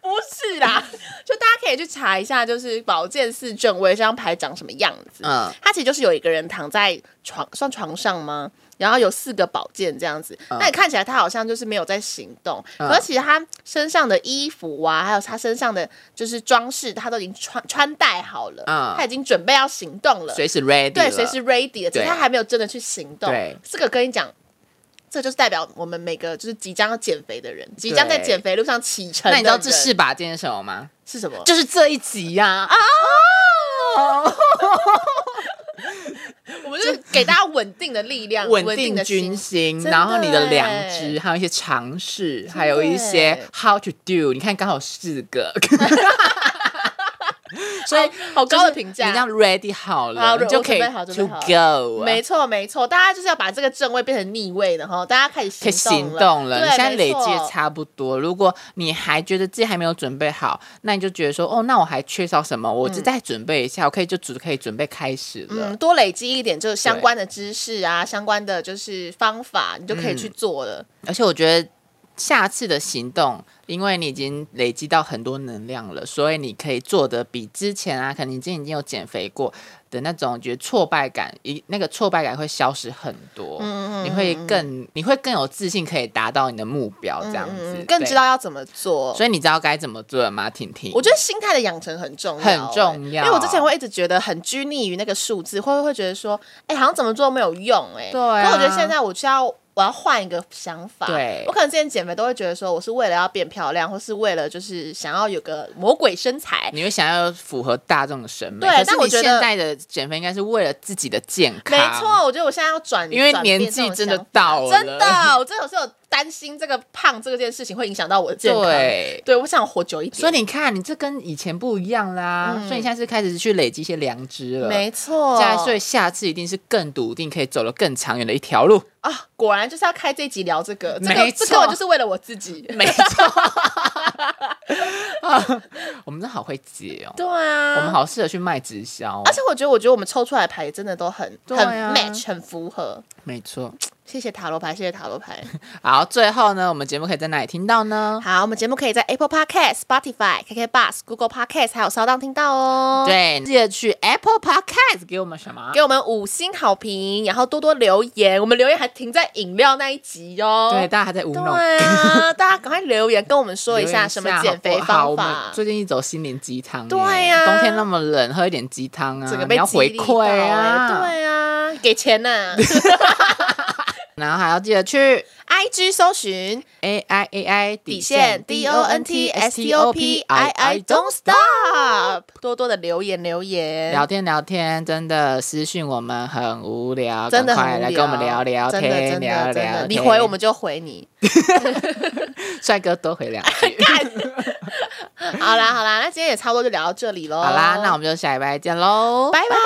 Speaker 1: 不是 啦，就大家可以去查一下，就是宝剑四正位这张牌长什么样子。
Speaker 2: 嗯
Speaker 1: 它其实就是有一个人躺在床，算床上吗？然后有四个宝剑这样子，那你看起来他好像就是没有在行动，
Speaker 2: 嗯
Speaker 1: 可是其实他身上的衣服啊，还有他身上的就是装饰，他都已经穿穿戴好了，
Speaker 2: 嗯
Speaker 1: 他已经准备要行动了，
Speaker 2: 随时 ready，
Speaker 1: 对，
Speaker 2: 了
Speaker 1: 随时 ready 的，只
Speaker 2: 对
Speaker 1: 是他还没有真的去行动
Speaker 2: 对。
Speaker 1: 这个跟你讲，这就是代表我们每个就是即将要减肥的人，即将在减肥路上启程的
Speaker 2: 那你
Speaker 1: 人。
Speaker 2: 知道这是把这件什么吗？
Speaker 1: 是什么？
Speaker 2: 就是这一集呀！啊，
Speaker 1: 我们就是给大家稳定的力量，稳
Speaker 2: 稳定
Speaker 1: 的心。
Speaker 2: 军心，
Speaker 1: 真的
Speaker 2: 然后你的良
Speaker 1: 耶
Speaker 2: 知，还有一些尝试，
Speaker 1: 的欸
Speaker 2: 还有一些
Speaker 1: 耶
Speaker 2: how to do，你看刚好四个，所以
Speaker 1: 好高的
Speaker 2: 就是
Speaker 1: 评价
Speaker 2: 你这样 ready 好
Speaker 1: 好
Speaker 2: 了，你就
Speaker 1: 我
Speaker 2: 可
Speaker 1: 准
Speaker 2: 以
Speaker 1: 备好准备
Speaker 2: to
Speaker 1: 好
Speaker 2: go 啊。
Speaker 1: 没错，没错，大家就是要把这个正位变成逆位，然后大家开始
Speaker 2: 可以行
Speaker 1: 了。
Speaker 2: 动了，
Speaker 1: 对
Speaker 2: 你现在累积
Speaker 1: 没
Speaker 2: 的
Speaker 1: 错
Speaker 2: 差不多。如果你还觉得自己还没有准备好，那你就觉得说，哦，那我还缺少什么？我就再准备一下，我可以就只可以准备开始了。
Speaker 1: 嗯嗯，多累积一点就是相关的知识啊，相关的就是方法，你就
Speaker 2: 嗯
Speaker 1: 可以去做了。
Speaker 2: 而且我觉得下次的行动，因为你已经累积到很多能量了，所以你可以做的比之前啊，可能你之前已经有减肥过的那种觉得挫败感，一那个挫败感会消失很多。
Speaker 1: 嗯嗯嗯
Speaker 2: 你会更你会更有自信，可以达到你的目标，这样子、
Speaker 1: 嗯，更知
Speaker 2: 对。
Speaker 1: 道要怎么做。
Speaker 2: 所以你知道该怎么做了吗，婷婷？
Speaker 1: 我觉得心态的养成很重要、
Speaker 2: 很重要
Speaker 1: 欸因为我之前会一直觉得很拘泥于那个数字，会会觉得说，哎、好像怎么做都没有用、哎。
Speaker 2: 对啊
Speaker 1: 可我觉得现在我需要，我要换一个想法。
Speaker 2: 对
Speaker 1: 我可能之前减肥都会觉得说，我是为了要变漂亮，或是为了就是想要有个魔鬼身材。
Speaker 2: 你会想要符合大众的审美，
Speaker 1: 对
Speaker 2: 可是
Speaker 1: 但我
Speaker 2: 你
Speaker 1: 觉得
Speaker 2: 现在的减肥应该是为了自己的健康，
Speaker 1: 没错，我觉得我现在要转，
Speaker 2: 因为
Speaker 1: 转变
Speaker 2: 年纪
Speaker 1: 这种
Speaker 2: 真的
Speaker 1: 想法
Speaker 2: 到了，
Speaker 1: 真的，我真的是有担心这个胖这件事情会影响到我的健康。
Speaker 2: 对。
Speaker 1: 对，我想活久一点。
Speaker 2: 所以你看，你这跟以前不一样啦，
Speaker 1: 嗯
Speaker 2: 所以你现在是开始去累积一些良知了，
Speaker 1: 没错，
Speaker 2: 下所以下次一定是更笃定，可以走了更长远的一条路。
Speaker 1: 啊，果然就是要开这集聊这个，这
Speaker 2: 没
Speaker 1: 个
Speaker 2: 错
Speaker 1: 这个就是为了我自 己。
Speaker 2: 没错，我们真的好会解哦，
Speaker 1: 对
Speaker 2: 我们
Speaker 1: 啊，
Speaker 2: 好适合去卖直销哦，
Speaker 1: 而且我觉得，我觉得我们抽出来的牌真的都很、
Speaker 2: 对
Speaker 1: 很
Speaker 2: 啊
Speaker 1: match，很符合。
Speaker 2: 没错。
Speaker 1: 谢谢塔罗牌，谢谢塔罗 牌。
Speaker 2: 好，最后呢，我们节目可以在哪里听到呢？
Speaker 1: 好，我们节目可以在 Apple Podcast、Spotify、KK Bus、Google Podcast 还有稍当听到哦。。
Speaker 2: 对，记得去 Apple Podcast 给我们什么？
Speaker 1: 给我们五星好评，然后多多留言。我们留言还停在饮料那一集哟、
Speaker 2: 对，大家还在乌
Speaker 1: 哦对
Speaker 2: 弄。
Speaker 1: 啊，大家赶快留言跟我们 说一下什么减肥
Speaker 2: 好
Speaker 1: 方
Speaker 2: 不好我们
Speaker 1: 法。
Speaker 2: 最近一走心灵鸡汤耶，
Speaker 1: 对呀
Speaker 2: 冬天那么冷，喝一点鸡汤啊，
Speaker 1: 整个
Speaker 2: 你
Speaker 1: 被
Speaker 2: 要
Speaker 1: 激
Speaker 2: 回
Speaker 1: 励
Speaker 2: 馈
Speaker 1: 到欸
Speaker 2: 啊，
Speaker 1: 对啊，给钱呐、
Speaker 2: 然后还要记得去
Speaker 1: IG 搜寻
Speaker 2: A I A I
Speaker 1: 底线 D O N T S T O P I I Don't Stop，多多的留言留
Speaker 2: 聊
Speaker 1: 言，
Speaker 2: 天聊天，真的私讯我们很无聊，
Speaker 1: 真的
Speaker 2: 赶
Speaker 1: 很
Speaker 2: 快
Speaker 1: 无
Speaker 2: 来
Speaker 1: 聊
Speaker 2: 跟我们聊聊
Speaker 1: 真的
Speaker 2: 天，
Speaker 1: 真
Speaker 2: 聊
Speaker 1: 的真
Speaker 2: 聊
Speaker 1: 的，
Speaker 2: 天。
Speaker 1: 你回我们就回你。
Speaker 2: 帅哥多回 两句。
Speaker 1: 好啦好啦，那今天也差不多就聊到这里喽。
Speaker 2: 好啦，那我们就下礼拜见喽，
Speaker 1: 拜拜。